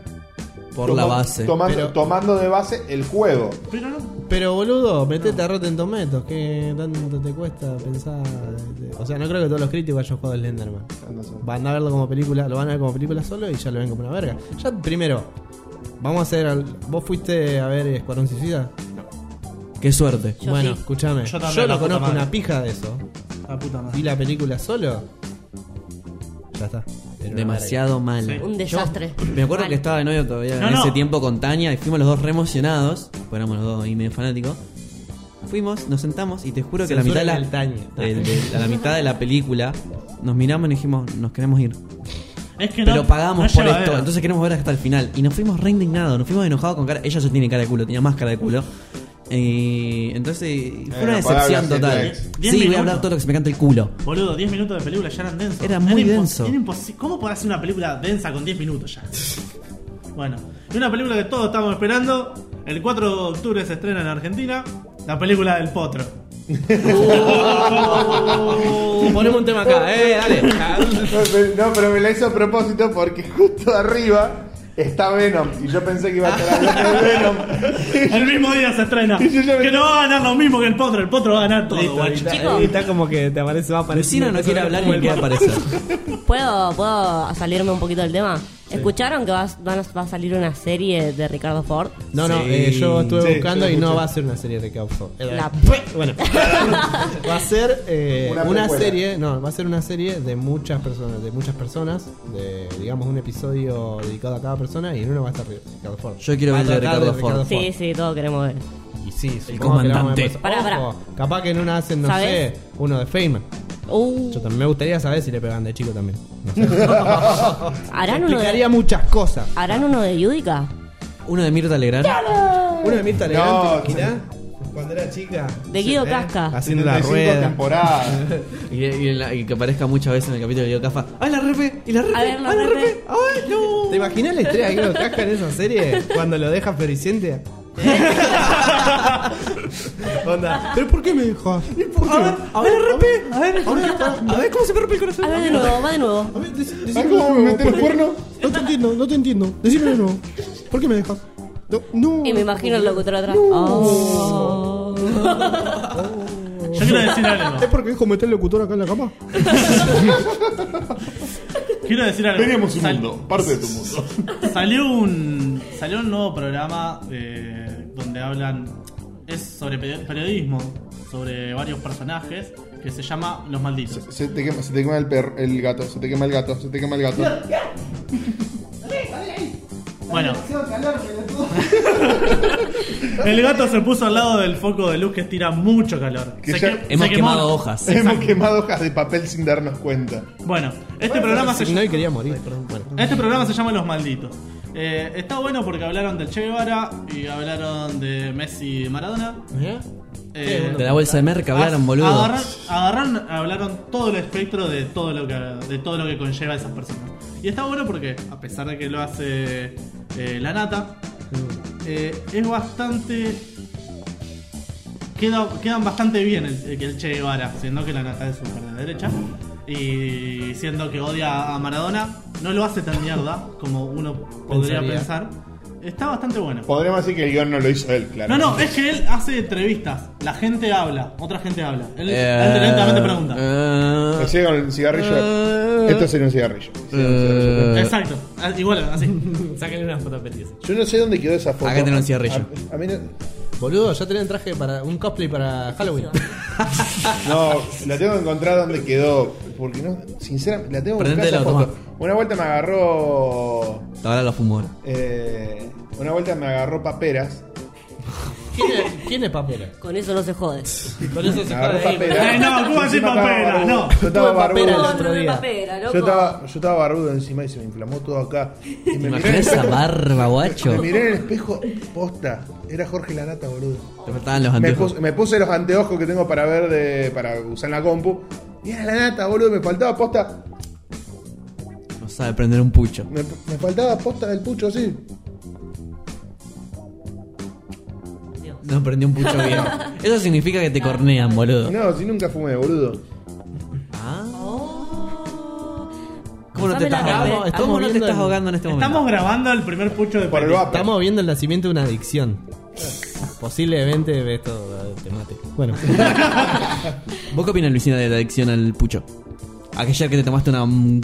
Por
tomo-
la base.
Tomando,
pero-
tomando de base el juego.
Pero no.
Pero boludo, metete a Rotten Tomatoes, que tanto te cuesta pensar... este, O sea, no creo que todos los críticos hayan jugado a Slenderman.
No sé.
Van a verlo como película, lo van a ver como película solo y ya lo ven como una verga. Ya primero, vamos a hacer. al- ¿Vos fuiste a ver Escuadrón Suicida?
Qué suerte.
Yo
bueno,
sí.
escúchame. Yo,
Yo también, la
no
puta
conozco
madre.
una pija de eso.
La puta
Vi
madre.
la película solo. Ya está. Era una
Demasiado mal.
Sí.
Un desastre.
Me acuerdo
Mal.
que estaba de novio todavía
No,
en ese
no.
tiempo con Tania y fuimos los dos re emocionados. Pues éramos los dos y medio fanáticos. Fuimos, nos sentamos y te juro que a la mitad de la,
Censura del Tania.
del- del- a la mitad de la película nos miramos y dijimos, nos queremos ir.
Es que no.
Pero pagamos
no
por
lleva
esto,
a ver.
entonces queremos ver hasta el final. Y nos fuimos re indignados, nos fuimos enojados con cara. Ella ya tiene cara de culo, tenía más cara de culo. Eh, entonces fue una
no puedo
decepción
hablar
total.
sin
Lex.
Sí, voy
Diez
a
minutos.
hablar todo lo que se me canta el culo.
Boludo, 10 minutos de película ya eran densos.
Era muy
impos-
denso.
era imposi- ¿Cómo podés hacer una película densa con 10 minutos ya? bueno, y una película que todos estábamos esperando. El 4 de octubre se estrena en Argentina. La película del Potro.
verga.
Oh,
Ponemos un tema acá, eh, dale.
No, pero- No, pero me la hizo a propósito porque justo arriba está Venom. Y yo pensé que iba a estar hablando de Venom.
El mismo día se estrena.
Y yo ya me-
que no va a ganar lo mismo que el Potro. El Potro va a ganar todo,
Listo,
guacho.
está,
Chicos.
está como que te aparece, va a aparecer.
Lucina no quiere hablar ni quiere aparecer.
¿Puedo, ¿Puedo salirme un poquito del tema? ¿Escucharon que va, van a- va a salir una serie de Ricardo Ford?
No, no,
Sí.
eh, yo estuve
Sí, yo
buscando
lo
y no
escuché.
va a ser una serie de Causo.
La-
Bueno, va a ser eh,
Una
una,
precuela.
serie, no, va a ser una serie de muchas personas, de muchas personas, de digamos un episodio dedicado a cada persona y en uno va a estar Ricardo Ford.
Yo quiero
Va a
ver el de
tratar
Ricardo Ford.
Sí, sí, todos queremos ver.
Y sí, supongo que la
comandante.
vamos a ver por eso.
Pará, pará.
Ojo, capaz que en una hacen, no
¿Sabés?
sé, uno de Feynman.
Uh,
Yo también me gustaría saber si le pegan de chico también. No sé.
¿harán, uno
Explicaría
de,
muchas cosas.
¿Harán uno de Yudica?
Uno de Mirta Legrand.
Uno de Mirta
No,
Legrand, ¿te imaginás? Cuando era chica.
De Guido
¿eh?
Casca.
Haciendo la
75
rueda.
temporadas.
Y, y en la- y que aparezca muchas veces en el capítulo de Guido Cafa. ¡Ay, la repe! ¡Y la repe!
A ver, la
¡Ay, la
repe!
repe! ¡Ay, no!
¿Te imaginas la estrella de Guido Casca en esa serie? Cuando lo deja floriciente. Onda. ¿Pero por qué me dejó?
A ver, a ver, repe! A ver, a ver cómo se me rompe el corazón.
A ver, de nuevo, va de nuevo.
A ver, Ah, dec-
Ay,
decime de
¿Cómo me
nuevo,
mete el
¿por qué?
cuerno?
No te entiendo, no te entiendo. Decime de nuevo. ¿Por qué me dejas? No, no.
Y me imagino el locutor atrás. Oh.
Yo quiero decir algo.
¿Es porque dijo meter el locutor acá en la cama?
Quiero decir algo.
Tenemos un
Sal-
mundo, parte de tu mundo.
Salió un salió un nuevo programa eh, donde hablan es sobre peri- periodismo, sobre varios personajes que se llama Los Malditos.
Se te quema, se te quema el, perro, el gato, se te quema el gato, se te quema el gato.
Bueno. El gato se puso al lado del foco de luz que estira mucho calor.
Que
Se
ya-
que-
Hemos
se quemó-
quemado hojas.
Hemos quemado hojas de papel sin darnos cuenta.
Bueno, este programa se
Ah, No, y quería morir. Perdón, bueno.
¿Eh?
Este programa se llama Los Malditos. Eh, está bueno porque hablaron del Che Guevara y hablaron de Messi y Maradona.
¿Eh?
Eh,
De la bolsa de merca hablaron, boludo.
Agarran- agarran- Ah, hablaron todo el espectro de todo lo que de todo lo que conlleva a esas personas. Y está bueno porque, a pesar de que lo hace eh, la nata, eh, es bastante queda- quedan bastante bien el, el Che Guevara, siendo que la nata es súper de derecha. Y siendo que odia a Maradona, no lo hace tan mierda como uno podría
Pensaría.
pensar. Está bastante bueno.
Podríamos decir que el guión no lo hizo él, claro.
No, no, es que él hace entrevistas. La gente habla, otra gente habla. Él
Eh,
lentamente pregunta.
eh,
Me llega con el cigarrillo. Esto sería un cigarrillo.
eh,
Exacto, Ah, igual, así.
Sáquenle una foto a Peti, así.
Yo no sé dónde quedó esa foto.
Acá tenés un cigarrillo.
A, a mí no,
Boludo, ya tenían traje para un cosplay para Halloween.
no, la tengo que encontrar dónde quedó. Porque no, sinceramente, la tengo que buscar
Prendela,
esa foto.
tomá.
Una vuelta me agarró.
Ahora lo fumo. ahora.
eh, una vuelta me agarró paperas.
¿Quién es, quién es Papera?
Con eso no se jode.
Con eso se
Me
jode
agarró
ahí.
paperas.
Eh, no, ¿cómo así
Encima estaba
paperas?
barbudo.
No.
Yo estaba
Tuve paperas
barbudo.
el otro día.
papera,
Yo estaba, yo estaba barbudo encima y se me inflamó todo acá. Y me miré, en
Imaginá
el
esa
espejo-
barba, guacho.
me miré en el espejo, posta. Era Jorge Lanata, boludo.
Te faltaban los
Me
anteojos.
puse, me puse los anteojos que tengo para ver de, para usar en la compu. Y era la nata, boludo, me faltaba posta.
No sabe prender un pucho.
Me, me faltaba posta del pucho así.
No prendió un pucho bien. Eso significa que te cornean, boludo.
No, si nunca fumé, boludo.
Ah,
Oh.
¿Cómo no te
Pasame la
estás
red.
ahogando?
estamos
¿Cómo no te
viendo
estás
el-
ahogando en este
Estamos
momento?
grabando el primer pucho de
Por el
Peti.
vapor.
Estamos viendo el nacimiento de una adicción. Posiblemente esto eh, te mate. Bueno,
¿Vos qué opinas, Luisina, de la adicción al pucho? Aquella que te tomaste una... mm,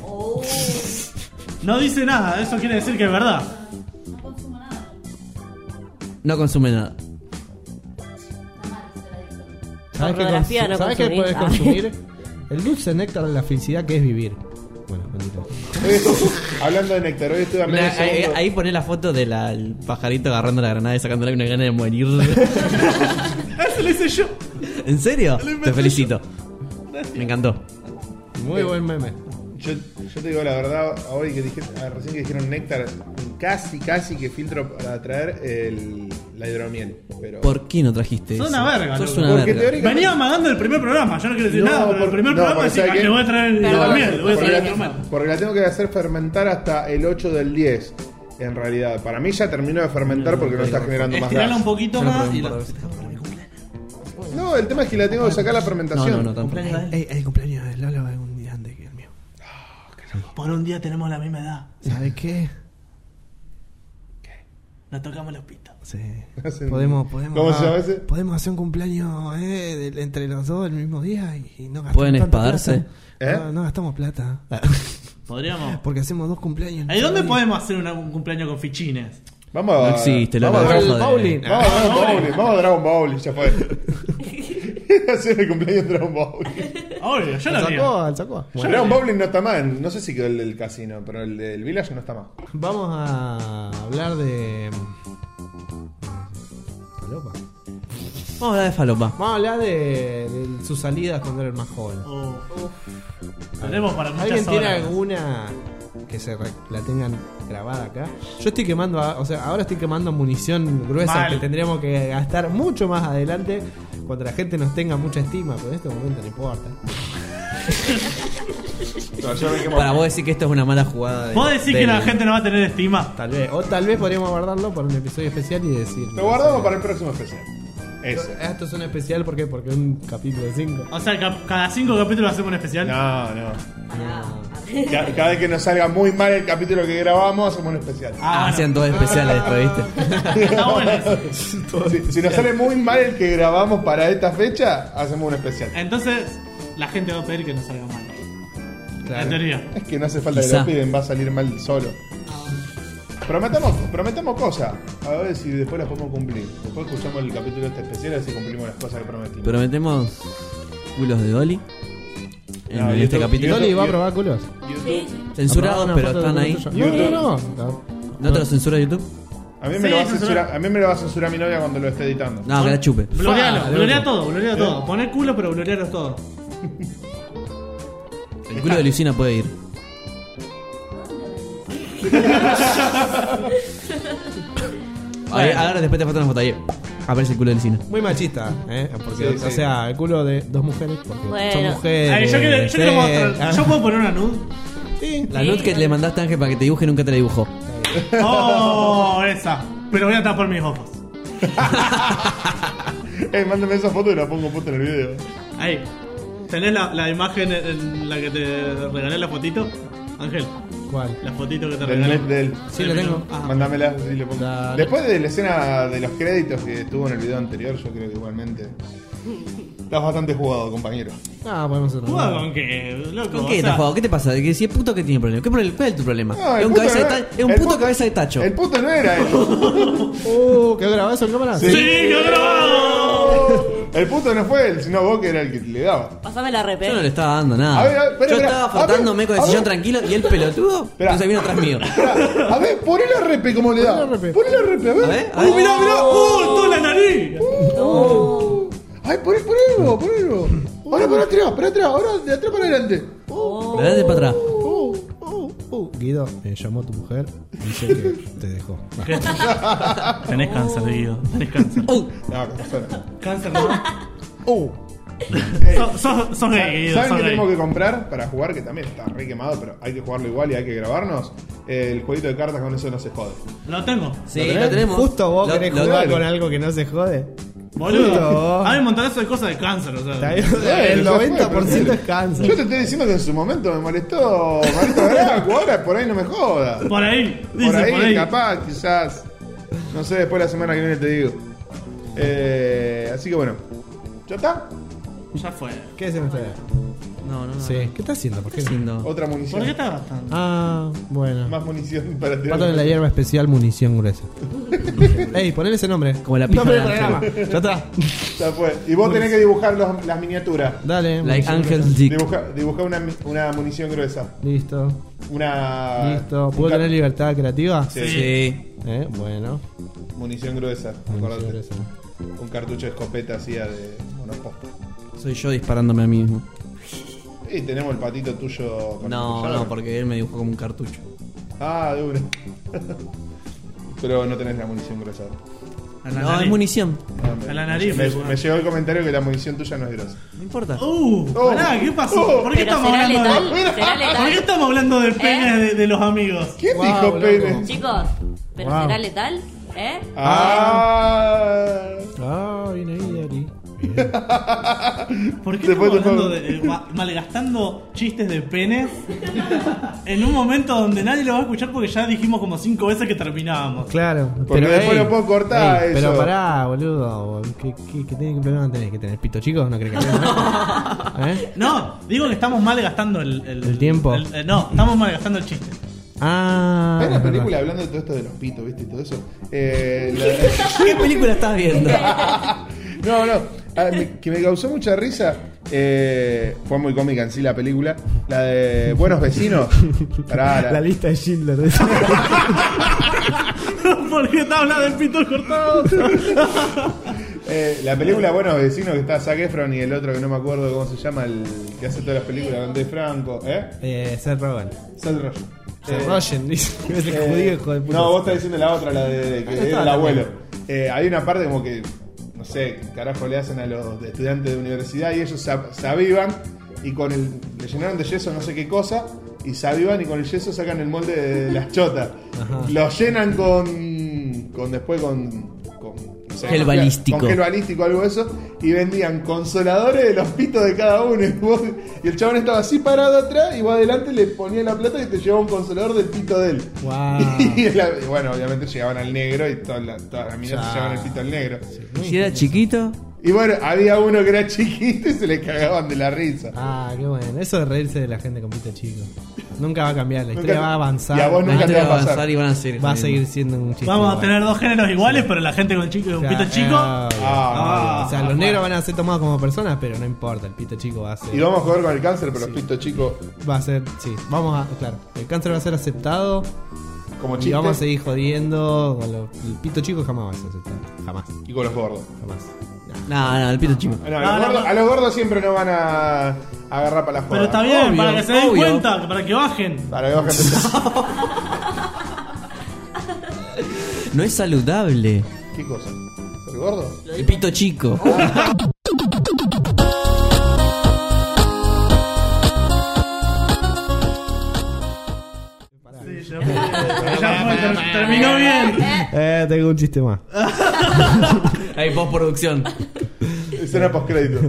Oh.
No dice nada, eso quiere decir que es verdad.
No consume nada.
¿sabes qué,
Pornografía
consu-
no
¿sabes qué
consumís?
puedes
Ah.
consumir? El dulce néctar de la felicidad que es vivir. Bueno, bendito.
Hoy estuve- hablando de néctar, hoy estuve a medio
Mirá, ahí,
segundo.
ahí poné la foto del al pajarito agarrando la granada y sacándole una gana de morir.
Eso lo hice yo.
¿En serio? Te
inventé
felicito. Me encantó.
Muy buen meme.
eh,
Yo, yo te digo la verdad, hoy que dije, ah, recién que dijeron néctar, casi, casi que filtro para traer el, la hidromiel. Pero...
¿Por qué no trajiste
Sos
eso?
una verga,
Sos
loco.
una
Porque
verga.
teóricamente-
Venía amagando el primer programa, yo no quiero decir
No,
nada, pero el
por-
primer
no,
programa
porque
decía,
sabe
"Ah,
que-
le voy a traer
Perdón.
la miel, le voy a
Porque
traer
la-
la miel".
Porque la tengo que hacer fermentar hasta el 8 del 10. En realidad, para mí ya terminó de fermentar porque no está generando más
Estirala
gas.
un poquito
Yo no
más
probé
y
un
la...
par de veces.
No, el tema es que la tengo que sacar a la
No,
fermentación.
no, no, tampoco.
el cumpleaños de Lalo es un día antes que el mío.
Por un día tenemos la misma edad.
¿Sabes qué?
Nos tocamos los pitos.
Sí.
Hacen-
Podemos, podemos,
¿Cómo se llama ese?
podemos hacer un cumpleaños eh, del- entre los dos el mismo día y, y no gastamos
¿Pueden
tanta
espadarse?
plata.
¿Eh?
Ah,
No, no gastamos plata.
Podríamos.
Porque hacemos dos cumpleaños.
¿Y dónde podemos hacer una- un cumpleaños con fichines?
Vamos a.
No existe, la
Ah, vamos, a
navaja
Dragon,
de-
bowling.
vamos a Dragon Ball, vamos a Dragon Ball, ya fue. Hacer el cumpleaños de Dragon Ball.
Obvio, yo
Al
lo digo.
Sacoa, al Sacoa.
Dragon Bowling no está más, no sé si quedó el del casino, pero el del Village no está más.
Vamos a hablar de. Palopa.
Vamos a hablar de falopa.
Vamos a hablar de, de sus salidas cuando eran más jóvenes.
Oh. Tenemos para muchas
¿Alguien tiene
horas.
alguna que se re- la tengan grabada acá? Yo estoy quemando, a- o sea, ahora estoy quemando munición gruesa
Mal.
que tendríamos que gastar mucho más adelante cuando la gente nos tenga mucha estima, pero en este momento no importa.
No, yo me quemo.
Para vos decir que esto es una mala jugada. de-
¿Vos decís que
del-
la gente no va a tener estima?
Tal vez, o tal vez podríamos guardarlo para un episodio especial y decir.
Lo guardamos para el próximo especial. Eso.
Esto, esto es un especial ¿por qué? porque es un capítulo de 5.
O sea, ca- cada cinco capítulos hacemos un especial.
No, no. Ca- Cada vez que nos salga muy mal el capítulo que grabamos, hacemos un especial.
Ah,
bueno.
hacían todos especiales después, ¿viste?
Está bueno eso.
Si, si nos sale muy mal el que grabamos para esta fecha, hacemos un especial.
Entonces, la gente va a pedir que no salga mal. En teoría.
Es que no hace falta
Quizá.
que lo piden, va a salir mal solo. Prometamos, prometamos cosas. A ver si después las podemos cumplir. Después escuchamos el capítulo de este especial, a ver si cumplimos las cosas que prometimos.
Prometemos culos de Dolly. En
No,
este
YouTube-
capítulo.
Dolly va a probar culos.
YouTube-
Censurados,
¿Va a probar una
pero
foto
están
de
ahí.
culo tuyo?
YouTube.
No, no, no.
¿No te lo censura YouTube?
a, mí me
Sí,
lo va a
censurar.
censurar, a mí me lo va a censurar mi novia cuando lo esté editando.
No, que la chupe.
Blorealo,
Fa,
blorea
loco.
todo, blorea todo. Poné culo, pero blorealo todo.
El culo de Lucina puede ir. Ahí, ahora después te falta una foto ahí. Aparece el culo de Lucina.
Muy machista, ¿eh? Porque,
Sí,
o
sí.
sea, el culo de dos mujeres, porque son
Bueno.
mujeres.
Ay, yo quiero, yo quiero mostrar.
Eh, Ah,
¿Yo puedo poner una nude?
sí.
La luz que le mandaste a Ángel para que te dibuje nunca te la dibujó.
Oh, esa. Pero voy a tapar mis ojos.
Eh, mándame esa foto y la pongo puta en el video.
Ahí. ¿Tenés la, la imagen en- en la que te regalé la fotito? Ángel,
¿Cuál?
la fotito que te
Del
regalé.
mes del.
Sí, la tengo.
Ah,
Mándamela y le pongo.
Dale.
Después de la escena de los créditos que estuvo en el video anterior, yo creo que igualmente. Estás bastante jugado, compañero.
Ah, podemos hacer
¿Juega
una.
con qué, loco?
¿Con
O
qué
sea,
estás jugando? ¿Qué te pasa? Que si es puto que tiene problema. ¿Qué problema? ¿Cuál es tu problema?
No, el
es un,
puto
cabeza de
no era-
ta- es un
el
puto,
puto-
cabeza de tacho.
El puto no era él.
Uh, ¿quedó grabado eso en cámara?
¡Sí, qué grabado!
El puto no fue él, sino vos que era el que le daba.
Pasame la eh. RP.
Yo no le estaba dando nada.
A ver, a ver, espera,
Yo
espera.
estaba
A ver,
frotándome con el
a ver.
sillón tranquilo y el pelotudo
Espera.
se vino atrás mío.
Esperá, A ver, poné la repe como le da.
Poné la repe.
Poné la repe, a ver.
A ver, a
Uy,
ver.
mirá, mirá.
¡Uh, toda la nariz!
No.
Ay, poné,
Mm.
ponelo, ponelo. Ahora para atrás, para atrás, ahora de atrás para adelante.
La verdad es para atrás.
Uh, uh, uh. Guido, me llamó tu mujer. Dice que te dejó. Va.
Tenés cáncer, Guido. Tenés cáncer.
Uh,
No, no, suena.
Cáncer, ¿no?
Uh.
Sos- Sos sos gay, Guido.
¿Saben
Sos
qué
gay.
tenemos que comprar para jugar? Que también está re quemado, pero hay que jugarlo igual y hay que grabarnos. El jueguito de cartas con eso no se jode.
Lo tengo.
sí, lo, tenemos.
Justo vos
Lo-
querés
lo-
jugar
claro.
con algo que no se jode.
Boludo.
Puto.
Hay un montonazo de cosas de cáncer, o sea.
El
Ya fue,
90% es
pero- Yo
cáncer.
te estoy diciendo que en su momento me molestó Marito Graco, ahora por ahí no me joda. Por
Por ahí. Dice, por ahí.
capaz, quizás. No sé, después la semana que viene te digo. Eh, así que bueno. ¿Ya está?
Ya fue.
¿Qué es en ustedes?
No, no, no.
Sí. ¿Qué está haciendo? ¿Por qué?
Haciendo-
Otra
¿Por
munición.
qué estás gastando?
Ah, bueno.
Más munición para tirar.
Pato en la hierba especial munición gruesa. Ey, ponle ese nombre.
Como la pija
Nombre del
de
programa.
Ángel.
Ya está.
Ya fue. Y vos tenés que dibujar los- las miniaturas.
Dale.
Like
munición
Angel
gruesa.
Dick.
Dibuja, dibuja una, mi- una munición gruesa.
Listo.
Una.
Listo.
un
¿Puedo
cap-
tener libertad creativa?
Sí.
Sí.
Eh, bueno.
Munición gruesa,
Munición
acordate.
gruesa.
Un cartucho de escopeta hacía de monoposto.
Soy yo disparándome a mí mismo.
Y tenemos el patito tuyo. con
No,
el collar.
no, porque él me dibujó como un cartucho.
Ah, de una. Pero no tenés la munición gruesa.
A la
No,
nariz.
es munición.
Ah, me-
A la nariz,
Me,
me-
me llegó el comentario que la munición tuya no es gruesa.
No importa.
Uh,
Oh.
pará, ¿qué pasó?
Oh.
¿Por qué
Pero
estamos
será
hablando
letal.
de...
Será
¿Por qué
letal. ¿Eh?
estamos hablando de penes de, de los amigos?
¿Quién
Wow,
dijo
loco.
Pérez?
Chicos, pero
Wow.
será letal, ¿eh?
Ah.
Ah, viene ahí, Ari.
¿Por qué estamos
Después te
hablando
pongo-
de, eh, ma- malgastando chistes de penes en un momento donde nadie lo va a escuchar porque ya dijimos como cinco veces que terminábamos?
Claro.
Porque después lo puedo cortar, eso.
Pero pará, boludo. ¿Qué, qué, qué, tiene- qué problema tenés que tener? ¿Pito chicos? ¿No crees que no? ¿Eh?
No, digo que estamos malgastando el... El,
¿El tiempo?
eh, no, estamos malgastando el chiste.
Ah.
Hay
es
una
verdad.
película hablando de todo esto de los pitos, ¿viste? Y todo eso. Eh, la-
¿Qué película estás viendo?
No, no. Ah, me- que me causó mucha risa. eh, fue muy cómica en sí la película. La de Buenos Vecinos. Pará, la-
La lista de Schindler.
¿Por qué está hablando de pitos cortados?
eh, la película Buenos Vecinos que está Zac Efron y el otro que no me acuerdo cómo se llama, el que hace todas las películas, Andrés Franco. ¿Eh?
eh, Seth Rogen.
Seth Rogen.
Seth
Eh,
Rogen, dice. Es el
Eh,
judío, hijo de puta.
No, vos estás diciendo la otra, la de, de- que
Ahí está,
era el
también.
abuelo. Eh, hay una parte como que, no sé, qué carajo le hacen a los estudiantes de universidad y ellos se, a- se avivan y con el. le llenaron de yeso no sé qué cosa y se avivan y con el yeso sacan el molde de las chotas. Lo llenan con. con después con. con no sé,
Gel
con-
balístico.
Con gel balístico, algo de eso. Y vendían consoladores de los pitos de cada uno. Y, vos- y el chabón estaba así parado atrás y vos adelante le ponía la plata y te llevaba un consolador del pito de él.
Guau.
Y la- y bueno, obviamente llegaban al negro y todas las todas las minas
Ya.
se llevaban el pito al negro.
Y Si era chiquito,
Y bueno, había uno que era chiquito y se le cagaban de la risa.
Ah, qué bueno. Eso de reírse de la gente con pito chico. Nunca va a cambiar, la
Nunca-
historia va a avanzar.
Y a vos
La
nunca
la
te
gente
va
historia
a
va a
pasar.
avanzar y van a seguir.
va a seguir
jodiendo.
siendo un chiste.
Vamos a
igual.
tener dos géneros iguales, pero la gente con chico y
O
con
sea,
pito chico...
ah,
Ah,
o sea,
ah,
los
ah.
negros van a ser tomados como personas, pero no importa, el pito chico va a ser.
Y vamos a jugar con el cáncer, pero los pitos chicos,
Va a ser, sí, vamos a, claro, el cáncer va a ser aceptado
como
y
chiste,
vamos a seguir jodiendo. Con los- el pito chico jamás va a ser aceptado, jamás,
y con los gordos.
jamás. Nah.
No, no, el pito chico.
Ah, no, a,
No, no,
los gordos
no.
a los gordos siempre no van a agarrar para la joda.
Pero está bien,
Obvio,
para que se den
obvio.
cuenta, para que bajen.
Para que bajen-
No es saludable.
¿Qué cosa? ¿Ser gordo?
El pito chico.
Ya fue, ter- terminó bien.
Eh, tengo un chiste más.
Hay postproducción.
Escena postcrédito.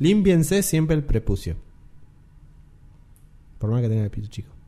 Límpiense siempre el prepucio. Por más que tenga el pito chico.